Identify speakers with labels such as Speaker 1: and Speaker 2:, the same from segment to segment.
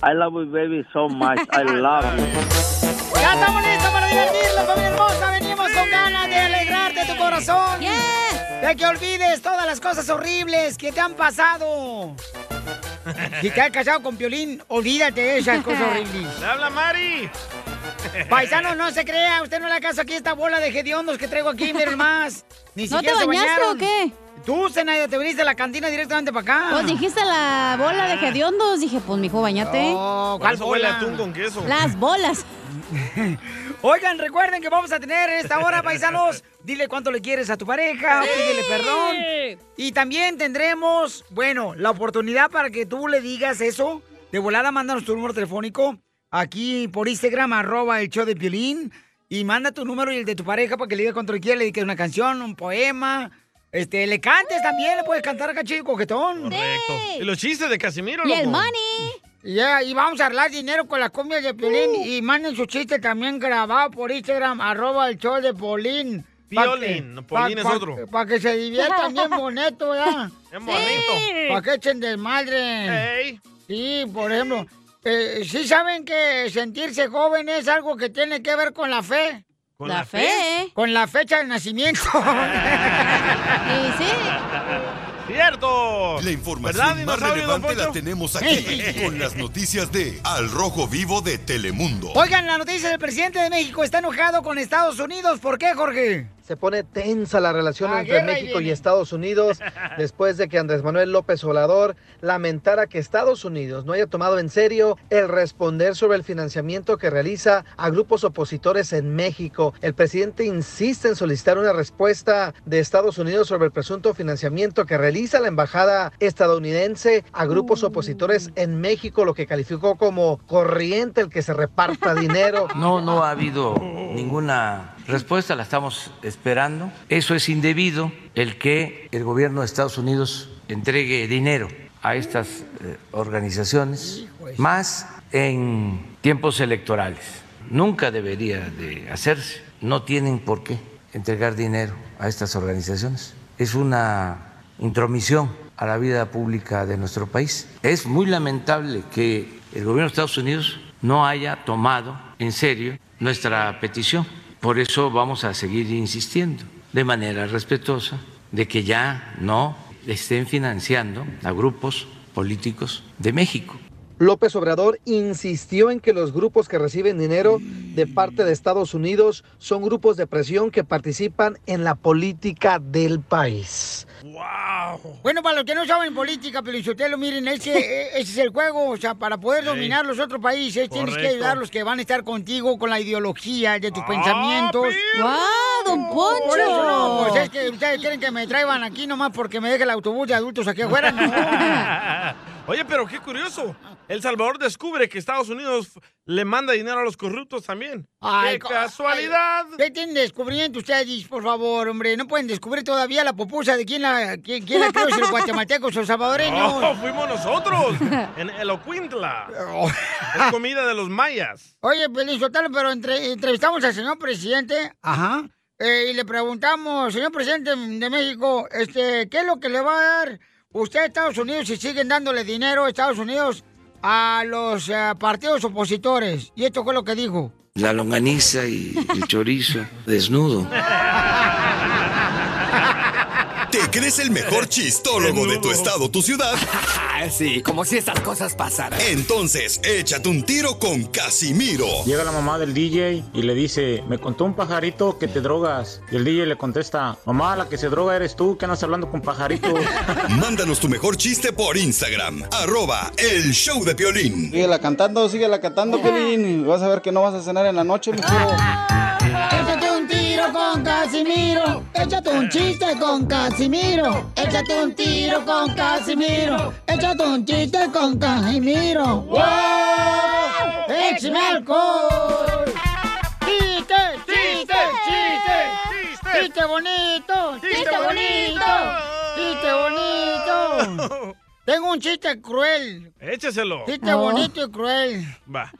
Speaker 1: I love you, baby, so much. I love you.
Speaker 2: Ya estamos listos para divertirnos, familia hermosa. Venimos con ganas de alegrarte tu corazón. De que olvides todas las cosas horribles que te han pasado. Si te has casado con Piolín, olvídate de esas cosas horribles.
Speaker 3: ¡Le habla Mari!
Speaker 2: Paisano, no se crea, usted no le acaso aquí esta bola de hediondos que traigo aquí, miren más. Ni
Speaker 4: ¿No
Speaker 2: siquiera
Speaker 4: te
Speaker 2: se
Speaker 4: bañaste
Speaker 2: bañaron.
Speaker 4: o qué?
Speaker 2: Tú, Zenaida, te viniste a la cantina directamente para acá. Ah.
Speaker 4: Pues dijiste la bola de hediondos. Dije, pues, mijo, bañate.
Speaker 2: No,
Speaker 3: Por eso huele a atún con queso.
Speaker 4: Las bolas.
Speaker 2: Oigan, recuerden que vamos a tener esta hora, paisanos. Dile cuánto le quieres a tu pareja,
Speaker 4: Sí.
Speaker 2: pídele perdón. Y también tendremos, bueno, la oportunidad para que tú le digas eso. De volada, mándanos tu número telefónico aquí por Instagram, arroba el show de Piolín. Y manda tu número y el de tu pareja para que le digas cuánto le quieres, le dediques una canción, un poema. Este, le cantes también, le puedes cantar cachillo coquetón.
Speaker 3: Correcto. ¿Y los chistes de Casimiro?
Speaker 2: Y el
Speaker 3: loco?
Speaker 2: money. Uh. Ya, y vamos a arreglar dinero con las cumbias de Piolín. Y manden su chiste también grabado por Instagram, arroba el show de Polín.
Speaker 3: Piolín, no, Polín es otro.
Speaker 2: Para que se diviertan bien bonito, ya.
Speaker 3: Bien bonito.
Speaker 2: Para que echen desmadre. Sí, por ejemplo, eh, ¿sí saben que sentirse joven es algo que tiene que ver con la fe?
Speaker 3: ¿Con ¿La la fe? fe?
Speaker 2: Con la fecha de nacimiento.
Speaker 3: ¡Cierto!
Speaker 5: La
Speaker 3: ¿Verdad,
Speaker 5: información más
Speaker 3: dinosaurio,
Speaker 5: relevante
Speaker 3: don Poncho?
Speaker 5: la tenemos aquí eh, con las noticias de Al Rojo Vivo de Telemundo.
Speaker 2: Oigan, la noticia del presidente de México está enojado con Estados Unidos. ¿Por qué, Jorge?
Speaker 6: Se pone tensa la relación
Speaker 2: La
Speaker 6: entre
Speaker 2: guerra y
Speaker 6: México y
Speaker 2: viene.
Speaker 6: Estados Unidos después de que Andrés Manuel López Obrador lamentara que Estados Unidos no haya tomado en serio el responder sobre el financiamiento que realiza a grupos opositores en México. El presidente insiste en solicitar una respuesta de Estados Unidos sobre el presunto financiamiento que realiza la embajada estadounidense a
Speaker 2: Mm.
Speaker 6: grupos opositores en México, lo que calificó como corriente el que se reparta dinero.
Speaker 7: No, no ha habido ninguna respuesta, la estamos esperando. Eso es indebido, el que el gobierno de Estados Unidos entregue dinero a estas eh, organizaciones, más en tiempos electorales. Nunca debería de hacerse, no tienen por qué entregar dinero a estas organizaciones. Es una intromisión a la vida pública de nuestro país. Es muy lamentable que el gobierno de Estados Unidos no haya tomado en serio nuestra petición. Por eso vamos a seguir insistiendo de manera respetuosa de que ya no estén financiando a grupos políticos de México.
Speaker 6: López Obrador insistió en que los grupos que reciben dinero de parte de Estados Unidos son grupos de presión que participan en la política del país.
Speaker 2: Bueno, para los que no saben política, Pelichotelo, miren, ese, eh, ese es el juego. O sea, para poder dominar los otros países, tienes que
Speaker 4: Correcto.
Speaker 2: ayudar a los que van a estar contigo con la ideología
Speaker 5: Ah,
Speaker 2: de tus pensamientos.
Speaker 4: ¡Guau, don Poncho!
Speaker 2: Por eso no, pues es que ustedes quieren que me traigan aquí nomás porque me deje el autobús de adultos aquí afuera. No.
Speaker 3: Oye, pero qué curioso. El Salvador descubre que Estados Unidos le manda dinero a los corruptos también.
Speaker 2: Ay,
Speaker 3: ¡Qué
Speaker 2: co-
Speaker 3: casualidad!
Speaker 2: ay, ¿Qué tienen descubriendo ustedes, por favor, hombre? No pueden descubrir todavía la popusa de quién la, quién, quién la creó, si los guatemaltecos o salvadoreños.
Speaker 3: ¡Oh, fuimos nosotros! En Elocuintla.
Speaker 2: Oh.
Speaker 3: Es comida de los mayas.
Speaker 2: Oye, Pelín Sotelo, pero entre- entrevistamos al señor presidente ah,
Speaker 3: Ajá.
Speaker 2: eh, y le preguntamos, señor presidente de México, este, ¿qué es lo que le va a dar usted a Estados Unidos si siguen dándole dinero a Estados Unidos a los eh, partidos opositores? Y esto fue lo que dijo.
Speaker 7: La longaniza y el chorizo desnudo.
Speaker 5: ¿Te crees el mejor chistólogo de tu estado, tu ciudad?
Speaker 8: Ah, sí, como si estas cosas pasaran.
Speaker 5: Entonces, échate un tiro con Casimiro.
Speaker 9: Llega la mamá del DJ y le dice, me contó un pajarito que te drogas. Y el DJ le contesta, mamá, la que se droga eres tú, que andas hablando con pajaritos.
Speaker 5: Mándanos tu mejor chiste por Instagram, arroba el show de Piolín.
Speaker 10: Síguela cantando, síguela cantando, Piolín. Vas a ver que no vas a cenar en la noche, mijo.
Speaker 11: Échate un tiro con Casimiro. Échate un chiste con Casimiro. Échate un tiro con Casimiro. Échate un chiste con Casimiro. ¡Wow! ¡Échame alcohol! ¡Chiste, chiste, chiste! ¡Chiste bonito! ¡Chiste bonito! ¡Chiste bonito! Tengo un chiste cruel.
Speaker 3: Échaselo.
Speaker 2: Chiste bonito y cruel.
Speaker 3: Oh. Va.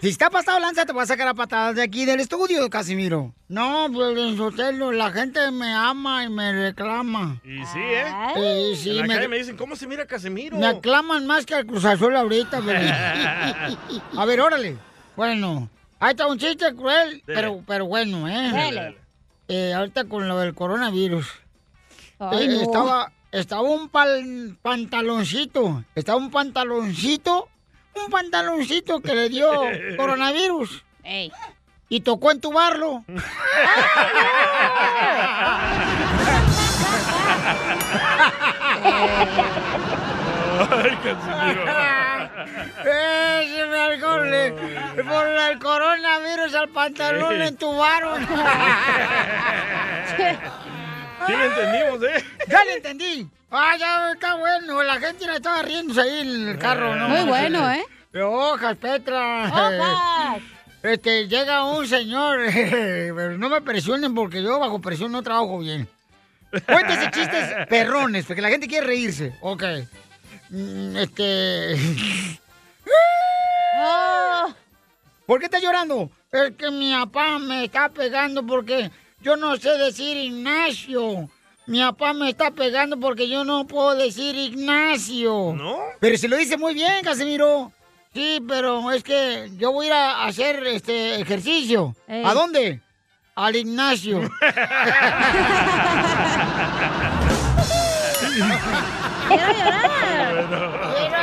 Speaker 2: Si está pasado lanza, te voy a sacar a patadas de aquí del estudio, Casimiro. No, pues en su hotel la gente me ama y me reclama.
Speaker 3: Y sí, ¿eh?
Speaker 2: Sí, sí,
Speaker 3: En la
Speaker 2: me-
Speaker 3: calle me dicen, ¿cómo se mira Casimiro?
Speaker 2: Me aclaman más que al Cruz Azul ahorita, güey. A ver, órale. Bueno, ahí está un chiste cruel, pero, pero bueno, ¿eh?
Speaker 11: Dale, dale.
Speaker 2: Eh, Ahorita con lo del coronavirus.
Speaker 11: Ay,
Speaker 2: Eh,
Speaker 11: no.
Speaker 2: estaba, estaba un pal- pantaloncito, estaba un pantaloncito, un pantaloncito que le dio coronavirus. Y tocó entubarlo.
Speaker 11: Ay,
Speaker 2: ¡Eh, se me alcohol! le- Por el coronavirus al pantalón le entubaron.
Speaker 3: Sí le entendimos, ¿eh?
Speaker 2: ¡Ya le entendí! ¡Ah, ya está bueno! La gente le estaba riéndose ahí en el carro, ¿no?
Speaker 12: Muy bueno, ¿eh?
Speaker 2: De hojas, Petra.
Speaker 12: Hojas.
Speaker 2: Este, llega un señor, pero no me presionen porque yo bajo presión no trabajo bien. Cuéntese chistes perrones, porque la gente quiere reírse. Ok. Mm, Este... ¿Por qué estás llorando? Ah. Es que mi papá me está pegando porque yo no sé decir Ignacio. Mi papá me está pegando porque yo no puedo decir Ignacio. ¿No? Pero se lo dice muy bien, Casimiro. Sí, pero es que yo voy a ir a hacer este ejercicio.
Speaker 11: Ey.
Speaker 2: ¿A dónde? Al Ignacio.
Speaker 11: ¡Quiero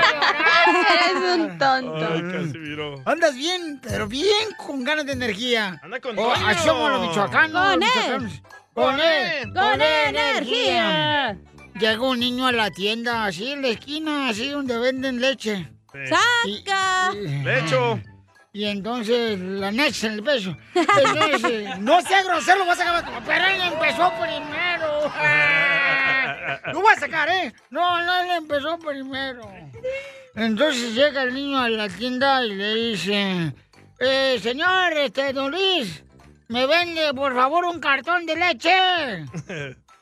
Speaker 11: Eres un tonto.
Speaker 2: Andas bien, pero bien con ganas de energía. Anda
Speaker 11: con
Speaker 2: oh,
Speaker 11: Toño.
Speaker 2: así somos los michoacanos.
Speaker 11: Con
Speaker 2: los
Speaker 11: él.
Speaker 2: michoacanos.
Speaker 11: Con él. Con energía.
Speaker 2: Llegó un niño a la tienda, así en la esquina, así donde venden leche. Y-
Speaker 11: ¡Saca!
Speaker 2: Lecho. Y entonces la necha en el pecho. Entonces, no sea grosero, lo vas a acabar. Pero él empezó primero. Lo voy a sacar, ¿eh? No, no, él empezó primero. Entonces llega el niño a la tienda y le dice, eh, señor, este, don Luis, me vende por favor un cartón de leche.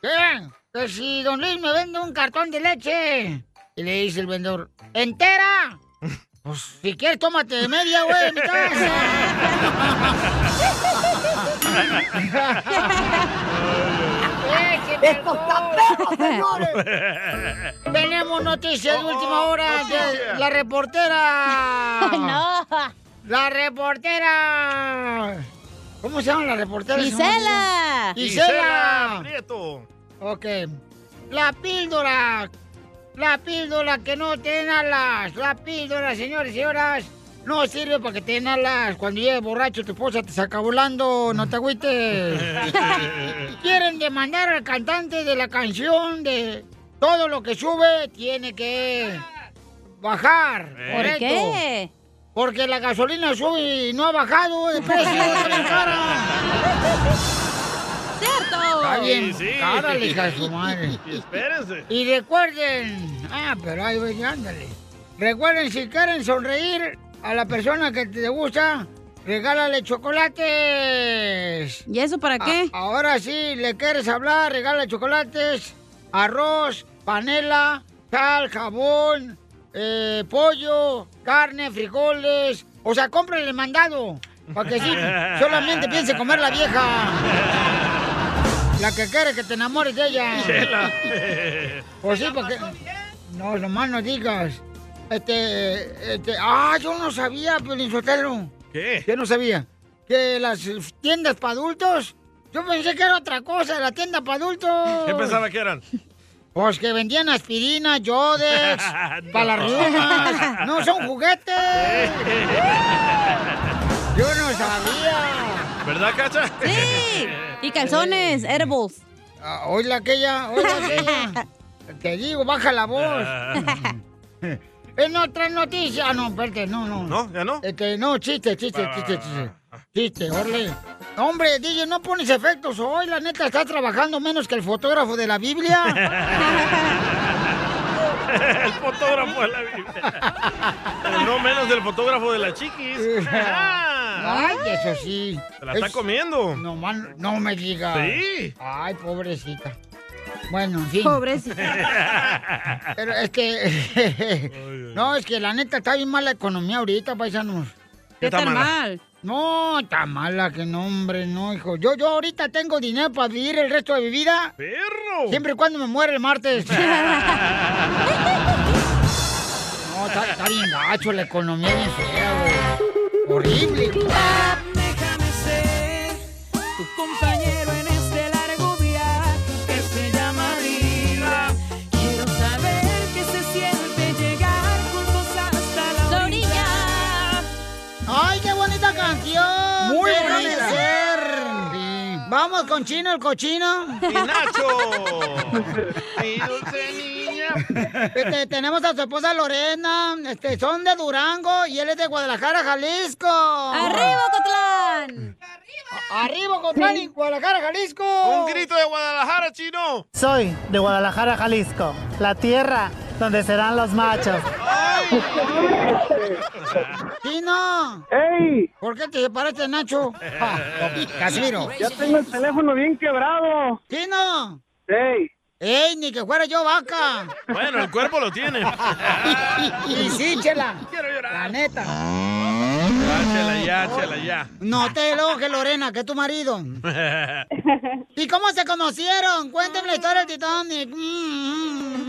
Speaker 2: ¿Qué? Que si don Luis me vende un cartón de leche. Y le dice el vendedor, ¿entera? Pues si quieres, tómate media, güey, ¡Esto está perro, Tenemos noticias de última hora de la reportera. no. La reportera. ¿Cómo se llama la reportera?
Speaker 12: Gisela.
Speaker 2: Gisela.
Speaker 12: Gisela
Speaker 3: Prieto.
Speaker 2: Ok. La píldora. La píldora que no tiene alas. La píldora, señores y señoras. No sirve para que te den alas. Cuando llegue borracho, tu esposa te saca volando. No te agüites. Quieren demandar al cantante de la canción de todo lo que sube tiene que bajar.
Speaker 11: ¿Eh?
Speaker 2: correcto.
Speaker 11: ¿Por qué?
Speaker 2: Porque la gasolina sube y no ha bajado de precio. está bien cara.
Speaker 11: ¡Cierto!
Speaker 2: Está bien
Speaker 11: Sí, sí.
Speaker 2: cara la hija de su madre.
Speaker 11: Y espérense.
Speaker 2: Y recuerden... Ah, pero ahí voy, ándale. Recuerden, si quieren sonreír a la persona que te gusta, regálale chocolates.
Speaker 12: ¿Y eso para qué?
Speaker 2: ahora sí, le quieres hablar, regala chocolates, arroz, panela, sal, jabón, eh, pollo, carne, frijoles. O sea, cómprale el mandado. Para que sí, solamente piense comer la vieja. La que quiere que te enamores de ella.
Speaker 11: Chela.
Speaker 2: Pues sí, porque. No, nomás no digas. Este, este. Ah, yo no sabía, Sotelo.
Speaker 3: ¿Qué?
Speaker 2: Yo no sabía. Que las eh, tiendas para adultos. Yo pensé que era otra cosa, la tienda para adultos.
Speaker 3: ¿Qué pensaba que eran?
Speaker 2: Pues que vendían aspirina, yodex, para las riumas. No, son juguetes.
Speaker 4: Yo no sabía.
Speaker 3: ¿Verdad, Cacha?
Speaker 4: Sí. Y calzones, edibles.
Speaker 2: Ah, oíla aquella, oíla aquella. Te digo, baja la voz. En otras noticias. Ah, no, espérate, no, no. ¿No?
Speaker 3: ¿Ya no? Ah,
Speaker 2: Este, no, chiste, chiste, chiste, chiste. Chiste, orle. Hombre, DJ, no pones efectos hoy. La neta está trabajando menos que el fotógrafo de la Biblia.
Speaker 3: El fotógrafo de la Biblia. Pero no menos del fotógrafo de la chiquis. Ah.
Speaker 2: Ay, eso sí.
Speaker 3: Se la está
Speaker 2: Es-
Speaker 3: comiendo.
Speaker 2: No, man, no me digas.
Speaker 3: Sí.
Speaker 2: Ay, pobrecita. Bueno, en fin.
Speaker 11: Pobrecita.
Speaker 2: Pero es que. no, es que la neta está bien mala economía ahorita, paisanos.
Speaker 11: ¿Qué tan Está mala? mal?
Speaker 2: No, está mala, que no, hombre, no, hijo. Yo, yo ahorita tengo dinero para vivir el resto de mi vida.
Speaker 3: ¡Perro!
Speaker 2: Siempre y cuando me muera el martes. No, está, está bien gacho, la economía bien fea, güey. Horrible.
Speaker 11: Déjame ser tu compañero en este largo viaje que se llama vida. Quiero saber qué se siente llegar juntos hasta la orilla.
Speaker 2: ¡Ay, qué bonita canción!
Speaker 11: Muy
Speaker 2: Déjame
Speaker 11: bonita.
Speaker 2: ser. Vamos con Chino el cochino.
Speaker 11: Y Nacho.
Speaker 3: Mi dulce niña.
Speaker 2: Este, tenemos a su esposa Lorena. Este, son de Durango y él es de Guadalajara, Jalisco. ¡Arriba, Cotlán! ¡Arriba, Cotlán y Guadalajara, Jalisco!
Speaker 3: ¡Un grito de Guadalajara, chino!
Speaker 13: Soy de Guadalajara, Jalisco, la tierra donde serán los machos.
Speaker 2: ¡Chino!
Speaker 10: ¡Ey!
Speaker 2: ¿Por qué te separaste de Nacho? Ja, Casimiro.
Speaker 10: Ya tengo el teléfono bien quebrado.
Speaker 2: ¡Chino!
Speaker 10: ¡Ey!
Speaker 2: ¡Ey, ni que fuera yo vaca!
Speaker 3: Bueno, el cuerpo lo tiene.
Speaker 2: y sí, chela. Quiero llorar. La neta.
Speaker 3: Ya, Ah, chela, ya, chela, ya.
Speaker 2: No te elojes, Lorena, que es tu marido. ¿Y cómo se conocieron? Cuéntame la historia del Titanic. Mm, mm.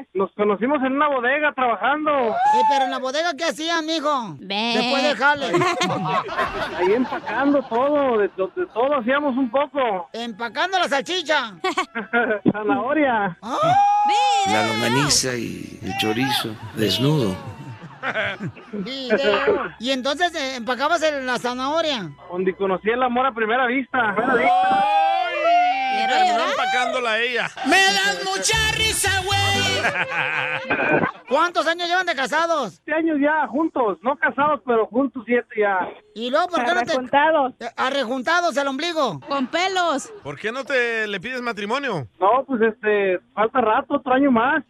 Speaker 10: Nos conocimos en una bodega trabajando. Eh.
Speaker 2: Eh, pero en la bodega, ¿qué hacían, mijo? Después de jale.
Speaker 10: Ahí empacando todo, de, de- de todo hacíamos un poco.
Speaker 2: Empacando la salchicha. Oh,
Speaker 10: Zanahoria.
Speaker 7: La longaniza y el chorizo desnudo.
Speaker 2: Video. Y entonces eh, empacabas el- la zanahoria.
Speaker 10: Donde conocí el amor a primera vista.
Speaker 3: Y terminó empacándola ella.
Speaker 2: ¡Me das mucha risa, güey! ¿Cuántos años llevan de casados?
Speaker 10: Siete años ya, juntos. No casados, pero juntos siete ya.
Speaker 2: ¿Y luego por qué no te... Eh,
Speaker 10: Arrejuntados.
Speaker 2: Arrejuntados el ombligo. Con pelos.
Speaker 3: ¿Por qué no te le pides matrimonio?
Speaker 10: No, pues este, falta rato, otro año más.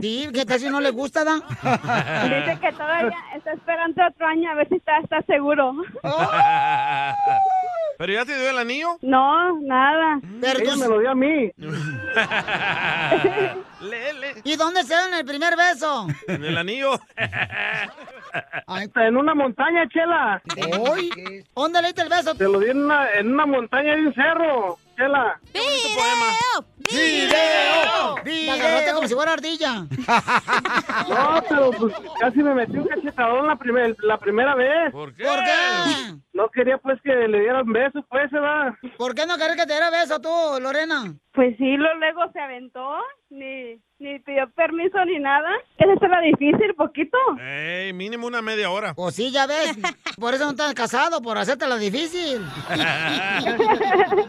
Speaker 2: Sí, que casi no le gusta, Dan.
Speaker 14: Dice que todavía está esperando otro año a ver si está, está seguro.
Speaker 15: Uh.
Speaker 2: Oh.
Speaker 3: ¿Pero ya te dio el anillo?
Speaker 14: No, nada.
Speaker 2: Ella tú- me lo
Speaker 10: dio a mí.
Speaker 2: ¿Y dónde se dan el primer beso?
Speaker 3: ¿En el anillo?
Speaker 10: En una montaña, chela.
Speaker 2: ¿Hoy? ¿Dónde leíste el beso?
Speaker 10: Te lo di en una, en una montaña de un cerro, chela.
Speaker 2: ¡Video! La agarraste como si fuera ardilla.
Speaker 10: No, pero pues casi me metí un cachetadón la, primer- la primera vez. ¿Por
Speaker 3: qué?
Speaker 10: No quería pues que le dieran besos, pues se va.
Speaker 2: ¿Por qué no querés que te diera beso tú, Lorena?
Speaker 14: Pues sí, lo- luego se aventó, ni, ni pidió permiso ni nada. Esa estaba difícil, poquito.
Speaker 3: Ey, mínimo una media hora.
Speaker 2: Pues sí, ya ves. Por eso no estás casado, por hacerte la difícil.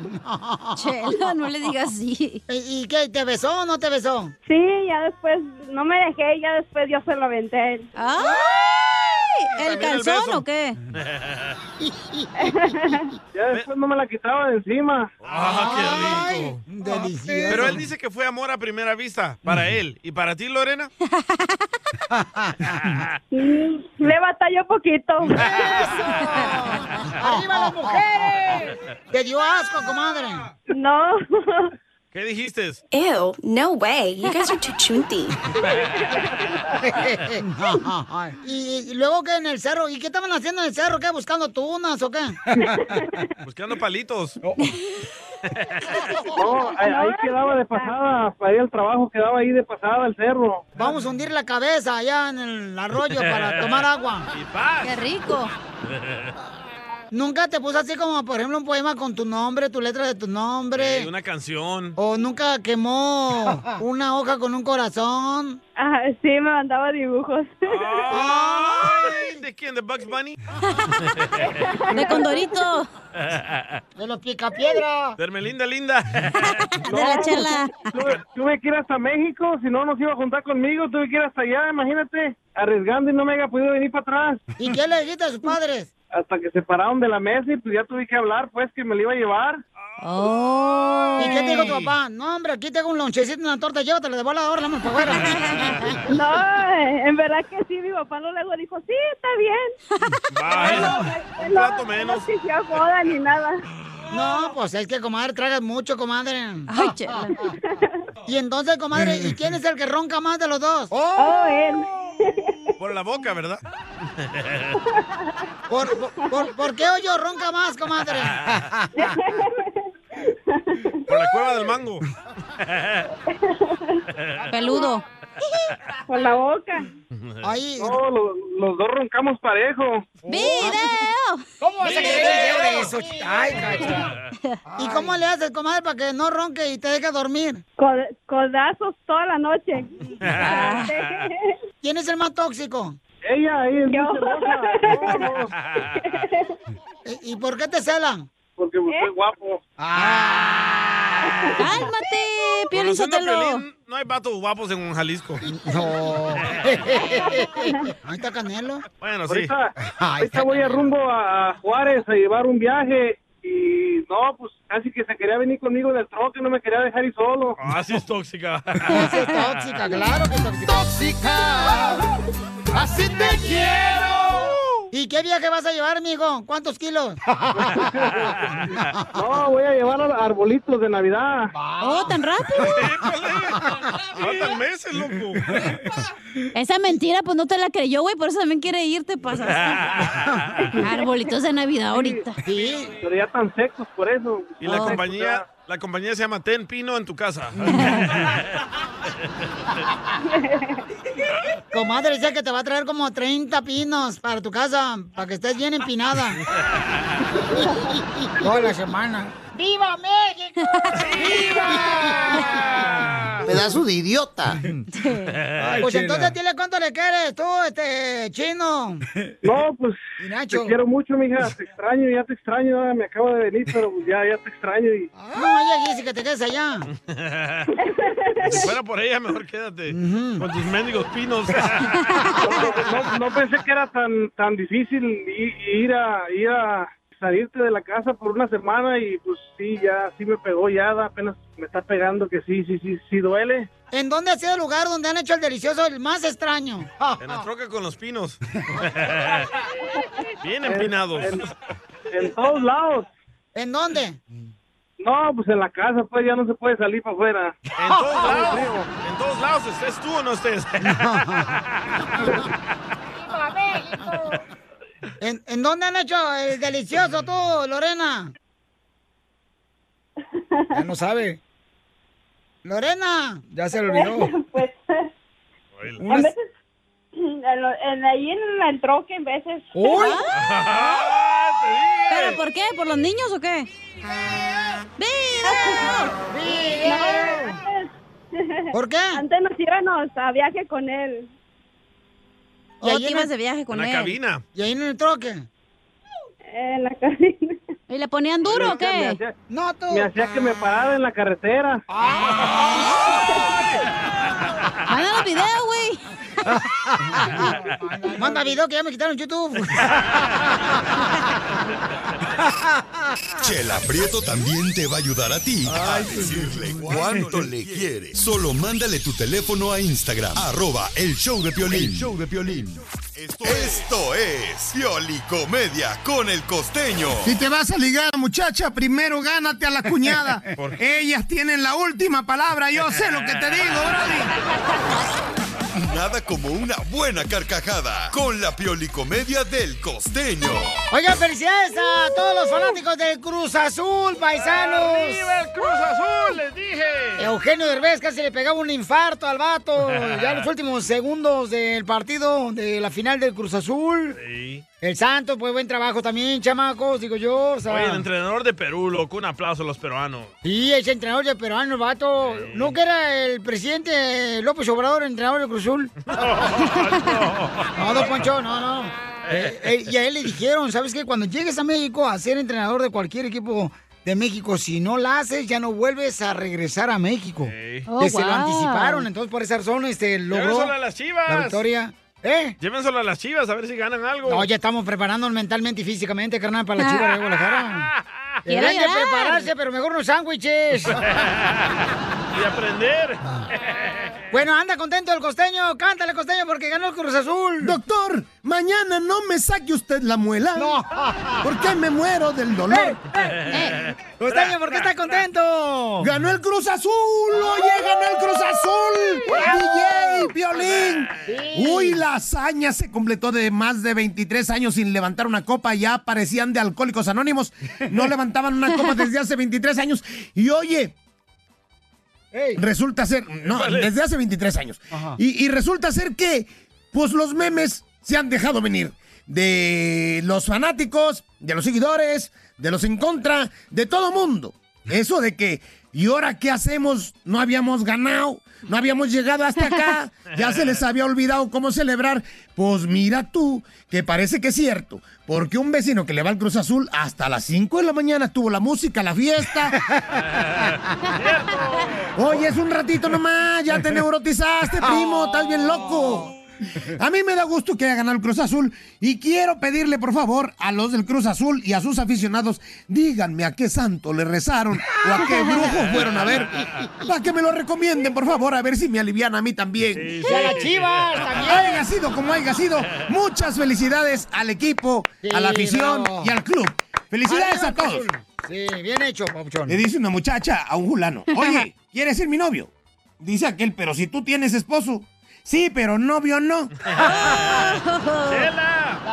Speaker 4: Chela, no le digas
Speaker 2: así. ¿Y, y qué? ¿Te besó o no te besó?
Speaker 14: Sí, ya después no me dejé y ya después yo se lo aventé. a él.
Speaker 4: ¿El calzón o qué?
Speaker 10: Ya después no me la quitaba de encima.
Speaker 3: ¡Ah, qué rico!
Speaker 2: Delicioso.
Speaker 3: Pero él dice que fue amor a primera vista para él. ¿Y para ti, Lorena?
Speaker 14: Mm, Le batalló poquito.
Speaker 2: ¡Arriba las mujeres! ¡Te dio asco, comadre!
Speaker 14: No.
Speaker 3: ¿Qué dijiste?
Speaker 16: Ew, no way. You guys are too chunty.
Speaker 2: y, y luego que en el cerro, ¿y qué estaban haciendo en el cerro? ¿Qué? ¿Buscando tunas o qué?
Speaker 3: Buscando Pues palitos.
Speaker 10: No, ahí, ahí quedaba de pasada, para ir al trabajo quedaba ahí de pasada el cerro.
Speaker 2: Vamos a hundir la cabeza allá en el arroyo para tomar agua.
Speaker 3: ¡Qué
Speaker 4: rico!
Speaker 2: Nunca te puso así como, por ejemplo, un poema con tu nombre, tu letra de tu nombre.
Speaker 3: Eh, una canción.
Speaker 2: O nunca quemó una hoja con un corazón.
Speaker 14: Ah, sí, me mandaba dibujos.
Speaker 3: Ay, ¿De quién? ¿De Bugs Bunny?
Speaker 4: De Condorito.
Speaker 2: De los picapiedra.
Speaker 3: De Hermelinda Linda.
Speaker 4: De la chela.
Speaker 10: Tuve, tuve que ir hasta México, si no, nos iba a juntar conmigo. Tuve que ir hasta allá, imagínate. Arriesgando y no me había podido venir para atrás.
Speaker 2: ¿Y qué le dijiste a sus padres?
Speaker 10: Hasta que se pararon de la mesa y pues ya tuve que hablar, pues, que me lo iba a llevar.
Speaker 2: Oh. ¿Y qué te dijo tu papá? No, hombre, aquí tengo un lonchecito, una torta, llévatela de bola ahora, vamos para afuera.
Speaker 14: No, eh, en verdad que sí, mi papá no luego dijo, sí, está bien.
Speaker 3: Vaya,
Speaker 14: un plato menos. No exigió boda ni nada.
Speaker 2: No, pues es que, comadre, tragas mucho, comadre. Y entonces, comadre, ¿y quién es el que ronca más de los dos?
Speaker 14: Oh, él.
Speaker 3: Por la boca, ¿verdad?
Speaker 2: ¿Por, por, por- por qué hoyo ronca más, comadre?
Speaker 3: Por la cueva del mango.
Speaker 4: Peludo.
Speaker 14: Por la boca.
Speaker 2: Ahí.
Speaker 10: No, lo- los dos roncamos parejo.
Speaker 4: ¡Video!
Speaker 2: ¿Cómo vas a querer video de eso?
Speaker 11: Video.
Speaker 2: Ay, cacha. ¿Y cómo le haces, comadre, para que no ronque y te deje dormir?
Speaker 14: Cod- codazos toda la noche.
Speaker 2: ¿Quién es el más tóxico?
Speaker 10: Ella, ella es muy
Speaker 14: Yo.
Speaker 10: celosa.
Speaker 2: ¿Y, y por qué te celan?
Speaker 10: Porque pues, soy guapo.
Speaker 4: ¿Eh?
Speaker 2: Ah.
Speaker 4: ¡Cálmate, Piolín
Speaker 3: Conociendo a
Speaker 4: Sotelo!
Speaker 3: Piolín, no hay vatos guapos en Jalisco.
Speaker 2: No. Ahí está Canelo.
Speaker 3: Bueno, sí.
Speaker 10: Ahorita, ahorita voy a rumbo a, a Juárez a llevar un viaje y no, pues casi que se quería venir conmigo en el troque, no me quería dejar ir solo.
Speaker 3: Así es tóxica.
Speaker 2: es tóxica, claro que es tóxica. ¡Tóxica! ¡Así te quiero! ¿Y qué viaje vas a llevar, amigo? ¿Cuántos kilos?
Speaker 10: No, voy a llevar a- arbolitos de Navidad.
Speaker 4: ¡Oh, tan rápido!
Speaker 3: Faltan meses, loco.
Speaker 4: Esa mentira, pues no te la creyó, güey. Por eso también quiere irte, pues, pasaste. Arbolitos de Navidad ahorita.
Speaker 10: Pero ya tan secos por eso.
Speaker 3: Y la
Speaker 4: Oh.
Speaker 3: compañía, la compañía se llama Ten Pino en tu casa.
Speaker 2: Comadre, dice que te va a traer como 30 pinos para tu casa, para que estés bien empinada. Toda la semana. ¡Viva México! ¡Viva!
Speaker 11: Pedazo de idiota.
Speaker 2: pues entonces dile cuánto le quieres tú, este chino.
Speaker 10: No, pues
Speaker 2: Y Nacho.
Speaker 10: te quiero mucho, mija, te extraño, ya te extraño, ahora me acabo de venir, pero pues, ya, ya te extraño y...
Speaker 2: No, ella dice que te quedes allá.
Speaker 3: si fuera por ella, mejor quédate. Con tus mendigos pinos.
Speaker 10: No, no pensé que era tan tan difícil i- ir a ir a salirte de la casa por una semana y pues sí, ya sí me pegó ya, da- apenas me está pegando que sí, sí, sí, sí duele.
Speaker 2: ¿En dónde ha sido el lugar donde han hecho el delicioso el más extraño?
Speaker 3: En la troca con los pinos. Bien empinados.
Speaker 10: En, en todos lados.
Speaker 2: ¿En dónde?
Speaker 10: No, pues en la casa, pues ya no se puede salir para afuera.
Speaker 3: En todos
Speaker 2: Ah,
Speaker 3: lados. En todos lados. ¿Estés tú o no estés?
Speaker 2: ¿En, en dónde han hecho el delicioso tú, Lorena?
Speaker 15: Ya no sabe.
Speaker 2: Lorena.
Speaker 15: Ya se le olvidó.
Speaker 14: Pues, a
Speaker 15: Unas-
Speaker 14: veces, en lo- en- ahí en el troque, en veces. Ah.
Speaker 15: ¡Uy!
Speaker 3: Ah.
Speaker 4: ¿Pero por qué? ¿Por los niños o qué? pues, ¡Video!
Speaker 2: ¿Por qué?
Speaker 14: Antes nos íbamos a viaje con él.
Speaker 2: Oh,
Speaker 4: Y ahí ibas de viaje con él.
Speaker 2: ¿Y ahí en el troque?
Speaker 14: En la cabina.
Speaker 4: ¿Y le ponían duro o
Speaker 10: Me
Speaker 4: qué?
Speaker 10: hacía-
Speaker 2: No, tú.
Speaker 10: Me hacía que me parara en la carretera.
Speaker 4: Manda los videos, güey.
Speaker 2: Manda video que ya me quitaron YouTube.
Speaker 5: Chela Prieto también te va a ayudar a ti a decirle cuánto le quiere. Solo mándale tu teléfono a Instagram, arroba el show de Piolín. show de Piolín. Esto es Piolicomedia con el Costeño.
Speaker 9: Si te vas a ligar, muchacha, primero gánate a la cuñada.
Speaker 5: ¿Por
Speaker 9: Ellas tienen la última palabra, yo sé lo que te digo, Brody.
Speaker 5: Nada como una buena carcajada con la piolicomedia del costeño.
Speaker 2: Oigan, felicidades a todos los fanáticos del Cruz Azul, paisanos.
Speaker 3: ¡Arriba el Cruz Azul, les dije!
Speaker 2: Eugenio Derbez casi le pegaba un infarto al vato. Ya en los últimos segundos del partido de la final del Cruz Azul.
Speaker 3: Sí.
Speaker 2: El Santos, pues buen trabajo también, chamacos, digo yo. O sea,
Speaker 3: Oye, el entrenador de Perú, loco, un aplauso a los peruanos.
Speaker 2: Sí, ese entrenador de peruano, el vato. ¿No que era el presidente López Obrador, entrenador de Cruz Azul? No, don Poncho, no, no. Eh, eh, y a él le dijeron, ¿sabes qué? Cuando llegues a México a ser entrenador de cualquier equipo de México, si no la haces, ya no vuelves a regresar a México. Que
Speaker 3: Oh,
Speaker 2: Este, se lo
Speaker 3: wow.
Speaker 2: anticiparon, entonces por esa razón este, logró
Speaker 3: Llévenselo a las Chivas.
Speaker 2: la victoria. ¿Eh?
Speaker 3: Llévenselo a las chivas a ver si ganan algo.
Speaker 2: No, ya estamos preparándonos mentalmente y físicamente, carnal, para la chiva de Guadalajara.
Speaker 3: Quiero
Speaker 2: Deberían de
Speaker 3: llorar.
Speaker 2: prepararse, pero mejor unos sándwiches. Ah.
Speaker 3: y aprender.
Speaker 2: Bueno, anda contento el costeño, cántale costeño porque ganó el Cruz Azul.
Speaker 9: Doctor, mañana no me saque usted la muela.
Speaker 2: No.
Speaker 9: Porque me muero del dolor.
Speaker 2: Eh. Costeño, ¿por qué está contento?
Speaker 9: ¡Ganó el Cruz Azul! ¡Oye, ganó el Cruz Azul! ¡DJ Violín! Uy, la hazaña se completó de más de 23 años sin levantar una copa. Ya parecían de alcohólicos anónimos. No levantaban una copa desde hace 23 años. Y oye, resulta ser, no,
Speaker 11: Vale.
Speaker 9: desde hace 23 años. Y, y resulta ser que, pues los memes se han dejado venir. De los fanáticos, de los seguidores, de los en contra, de todo mundo. Eso de que, ¿y ahora qué hacemos? No habíamos ganado, no habíamos llegado hasta acá, ya se les había olvidado cómo celebrar. Pues mira tú, que parece que es cierto, porque un vecino que le va al Cruz Azul hasta las 5 de la mañana tuvo la música, la fiesta. Oye, es un ratito nomás, ya te neurotizaste, primo, estás bien loco. A mí me da gusto que haya ganado el Cruz Azul y quiero pedirle por favor a los del Cruz Azul y a sus aficionados, díganme a qué santo le rezaron o a qué brujo fueron a ver, para que me lo recomienden por favor, a ver si me alivian a mí también.
Speaker 2: sí. Y a las Chivas también.
Speaker 9: Haya sido como haya sido, muchas felicidades al equipo, a la
Speaker 2: Sí,
Speaker 9: afición
Speaker 2: bravo.
Speaker 9: y al club. Felicidades
Speaker 2: Arriba
Speaker 9: a
Speaker 2: el
Speaker 9: todos.
Speaker 2: Cruz Azul. Sí, bien hecho, Pauchón.
Speaker 9: Le dice una muchacha a un fulano, oye, ¿quieres ser mi novio? Dice aquel, pero si tú tienes esposo. Sí, pero novio no.
Speaker 2: ¡La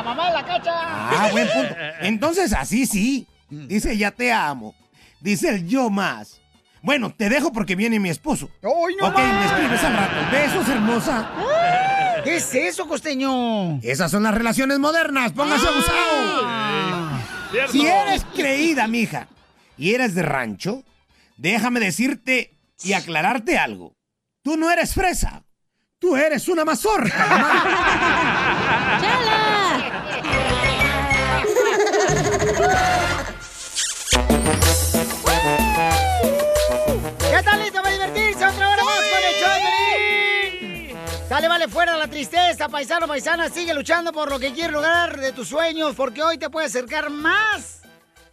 Speaker 2: mamá de la cacha!
Speaker 9: Ah, buen punto. Entonces, así sí. Dice, ya te amo. Dice el yo más. Bueno, te dejo porque viene mi esposo.
Speaker 2: no
Speaker 9: ok,
Speaker 2: más!
Speaker 9: me escribes al rato. Besos, hermosa.
Speaker 2: ¿Qué es eso, costeño?
Speaker 9: Esas son las relaciones modernas. Póngase abusado. Si eres creída, mija, y eres de rancho, déjame decirte y aclararte algo. Tú no eres fresa. Tú eres una mazorca. mamá.
Speaker 2: ¿Ya están listos para divertirse otra hora más con el show de Piolín? Dale, vale, fuera la tristeza, paisano, paisana. Sigue luchando por lo que quieres lograr de tus sueños, porque hoy te puede acercar más.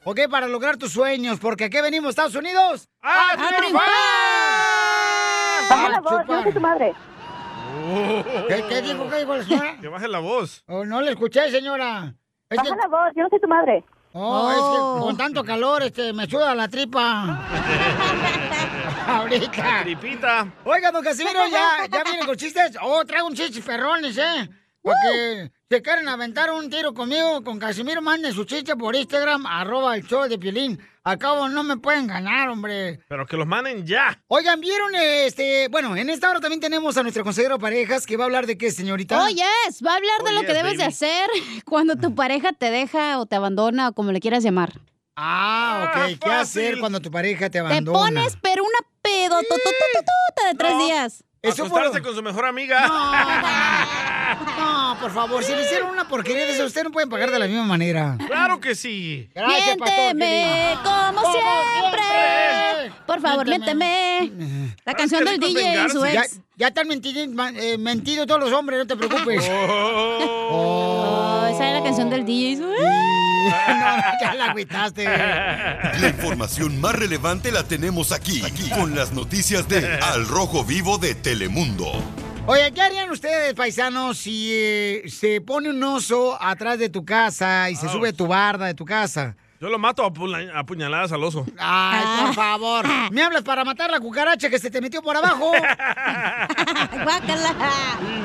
Speaker 2: ¿Ok? Para lograr tus sueños, porque aquí venimos, Estados Unidos. ¡A, triunfar!
Speaker 14: Baja la
Speaker 2: A
Speaker 14: voz,
Speaker 2: chupar.
Speaker 14: no que tu madre.
Speaker 2: ¿Qué, qué dijo? ¿Qué dijo la señora?
Speaker 3: Que baje la voz.
Speaker 2: Oh, no le escuché, señora.
Speaker 14: Baja la voz, yo no soy tu madre.
Speaker 2: Oh, es que con tanto calor este, me suda la tripa. Ahorita.
Speaker 3: La tripita.
Speaker 2: Oiga, don Casimiro, ya, ya viene con chistes. Oh, traigo un chiste perrones, ¿eh? Porque se quieren aventar un tiro conmigo, con Casimiro, manden su chiste por Instagram, arroba el show de Piolín. Acabo, no me pueden ganar, hombre.
Speaker 3: Pero que los manden ya.
Speaker 2: Oigan, ¿vieron este? Bueno, en esta hora también tenemos a nuestra consejera de parejas que va a hablar de qué, señorita.
Speaker 4: Oh, yes, va a hablar de
Speaker 2: Oh,
Speaker 4: lo que
Speaker 2: yes,
Speaker 4: debes de
Speaker 2: baby.
Speaker 4: hacer cuando tu pareja te deja o te abandona o como le quieras llamar.
Speaker 2: Ah, ok. ¿Qué hacer cuando tu pareja te
Speaker 4: Te
Speaker 2: abandona?
Speaker 4: pones pero una pedo de tres días.
Speaker 2: Eso fue-
Speaker 3: Acostarse con su mejor amiga.
Speaker 2: No, por favor, si le hicieron una porquería de eso, ustedes no pueden pagar de la misma manera.
Speaker 3: Claro que sí.
Speaker 2: Gracias, pastor
Speaker 4: Miénteme
Speaker 2: Piolín.
Speaker 4: como
Speaker 2: Como
Speaker 4: siempre.
Speaker 2: siempre.
Speaker 4: Por favor, miénteme. La canción del DJ y su
Speaker 2: Ya,
Speaker 4: ex.
Speaker 2: ya están mentido, eh, mentido todos los hombres, no te preocupes.
Speaker 4: Oh, esa es la canción del DJ y su ex.
Speaker 2: ya la agüitaste.
Speaker 5: La información más relevante la tenemos aquí, aquí, con las noticias de Al Rojo Vivo de Telemundo.
Speaker 2: Oye, ¿qué harían ustedes, paisanos, si eh, se pone un oso atrás de tu casa y se sube a tu barda de tu casa?
Speaker 3: Yo lo mato a, pula- a puñaladas al oso.
Speaker 2: Ay, por favor. Me hablas para matar la cucaracha que se te metió por abajo.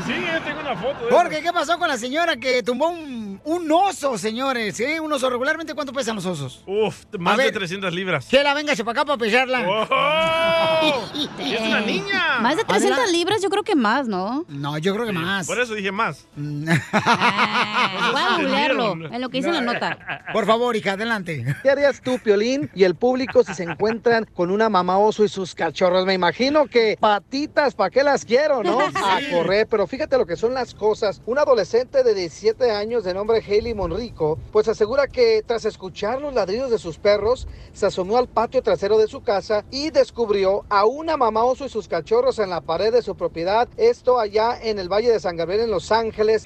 Speaker 3: Sí, yo tengo una foto. de
Speaker 2: Jorge, ¿qué pasó con la señora que tumbó un, un oso, señores? ¿eh? Un oso regularmente, ¿cuánto pesan los osos?
Speaker 3: Uf, Más de 300 libras.
Speaker 2: Que la venga para acá para pesarla.
Speaker 3: ¡Oh! ¡Es una niña!
Speaker 4: Más de 300
Speaker 2: Adela-
Speaker 4: libras, yo creo que más, ¿no?
Speaker 2: No, yo creo que más.
Speaker 3: Por eso dije más.
Speaker 4: Ah, Voy a googlearlo, en lo que dice la nota.
Speaker 2: Por favor, hija, adelante.
Speaker 6: ¿Qué harías tú, Piolín, y el público si se encuentran con una mamá oso y sus cachorros? Me imagino que patitas, ¿para qué las quiero, no? A correr, pero fíjate lo que son las cosas. Un adolescente de 17 años de nombre Haley Monrico, pues asegura que tras escuchar los ladridos de sus perros, se asomó al patio trasero de su casa y descubrió a una mamá oso y sus cachorros en la pared de su propiedad. Esto allá en el Valle de San Gabriel, en Los Ángeles.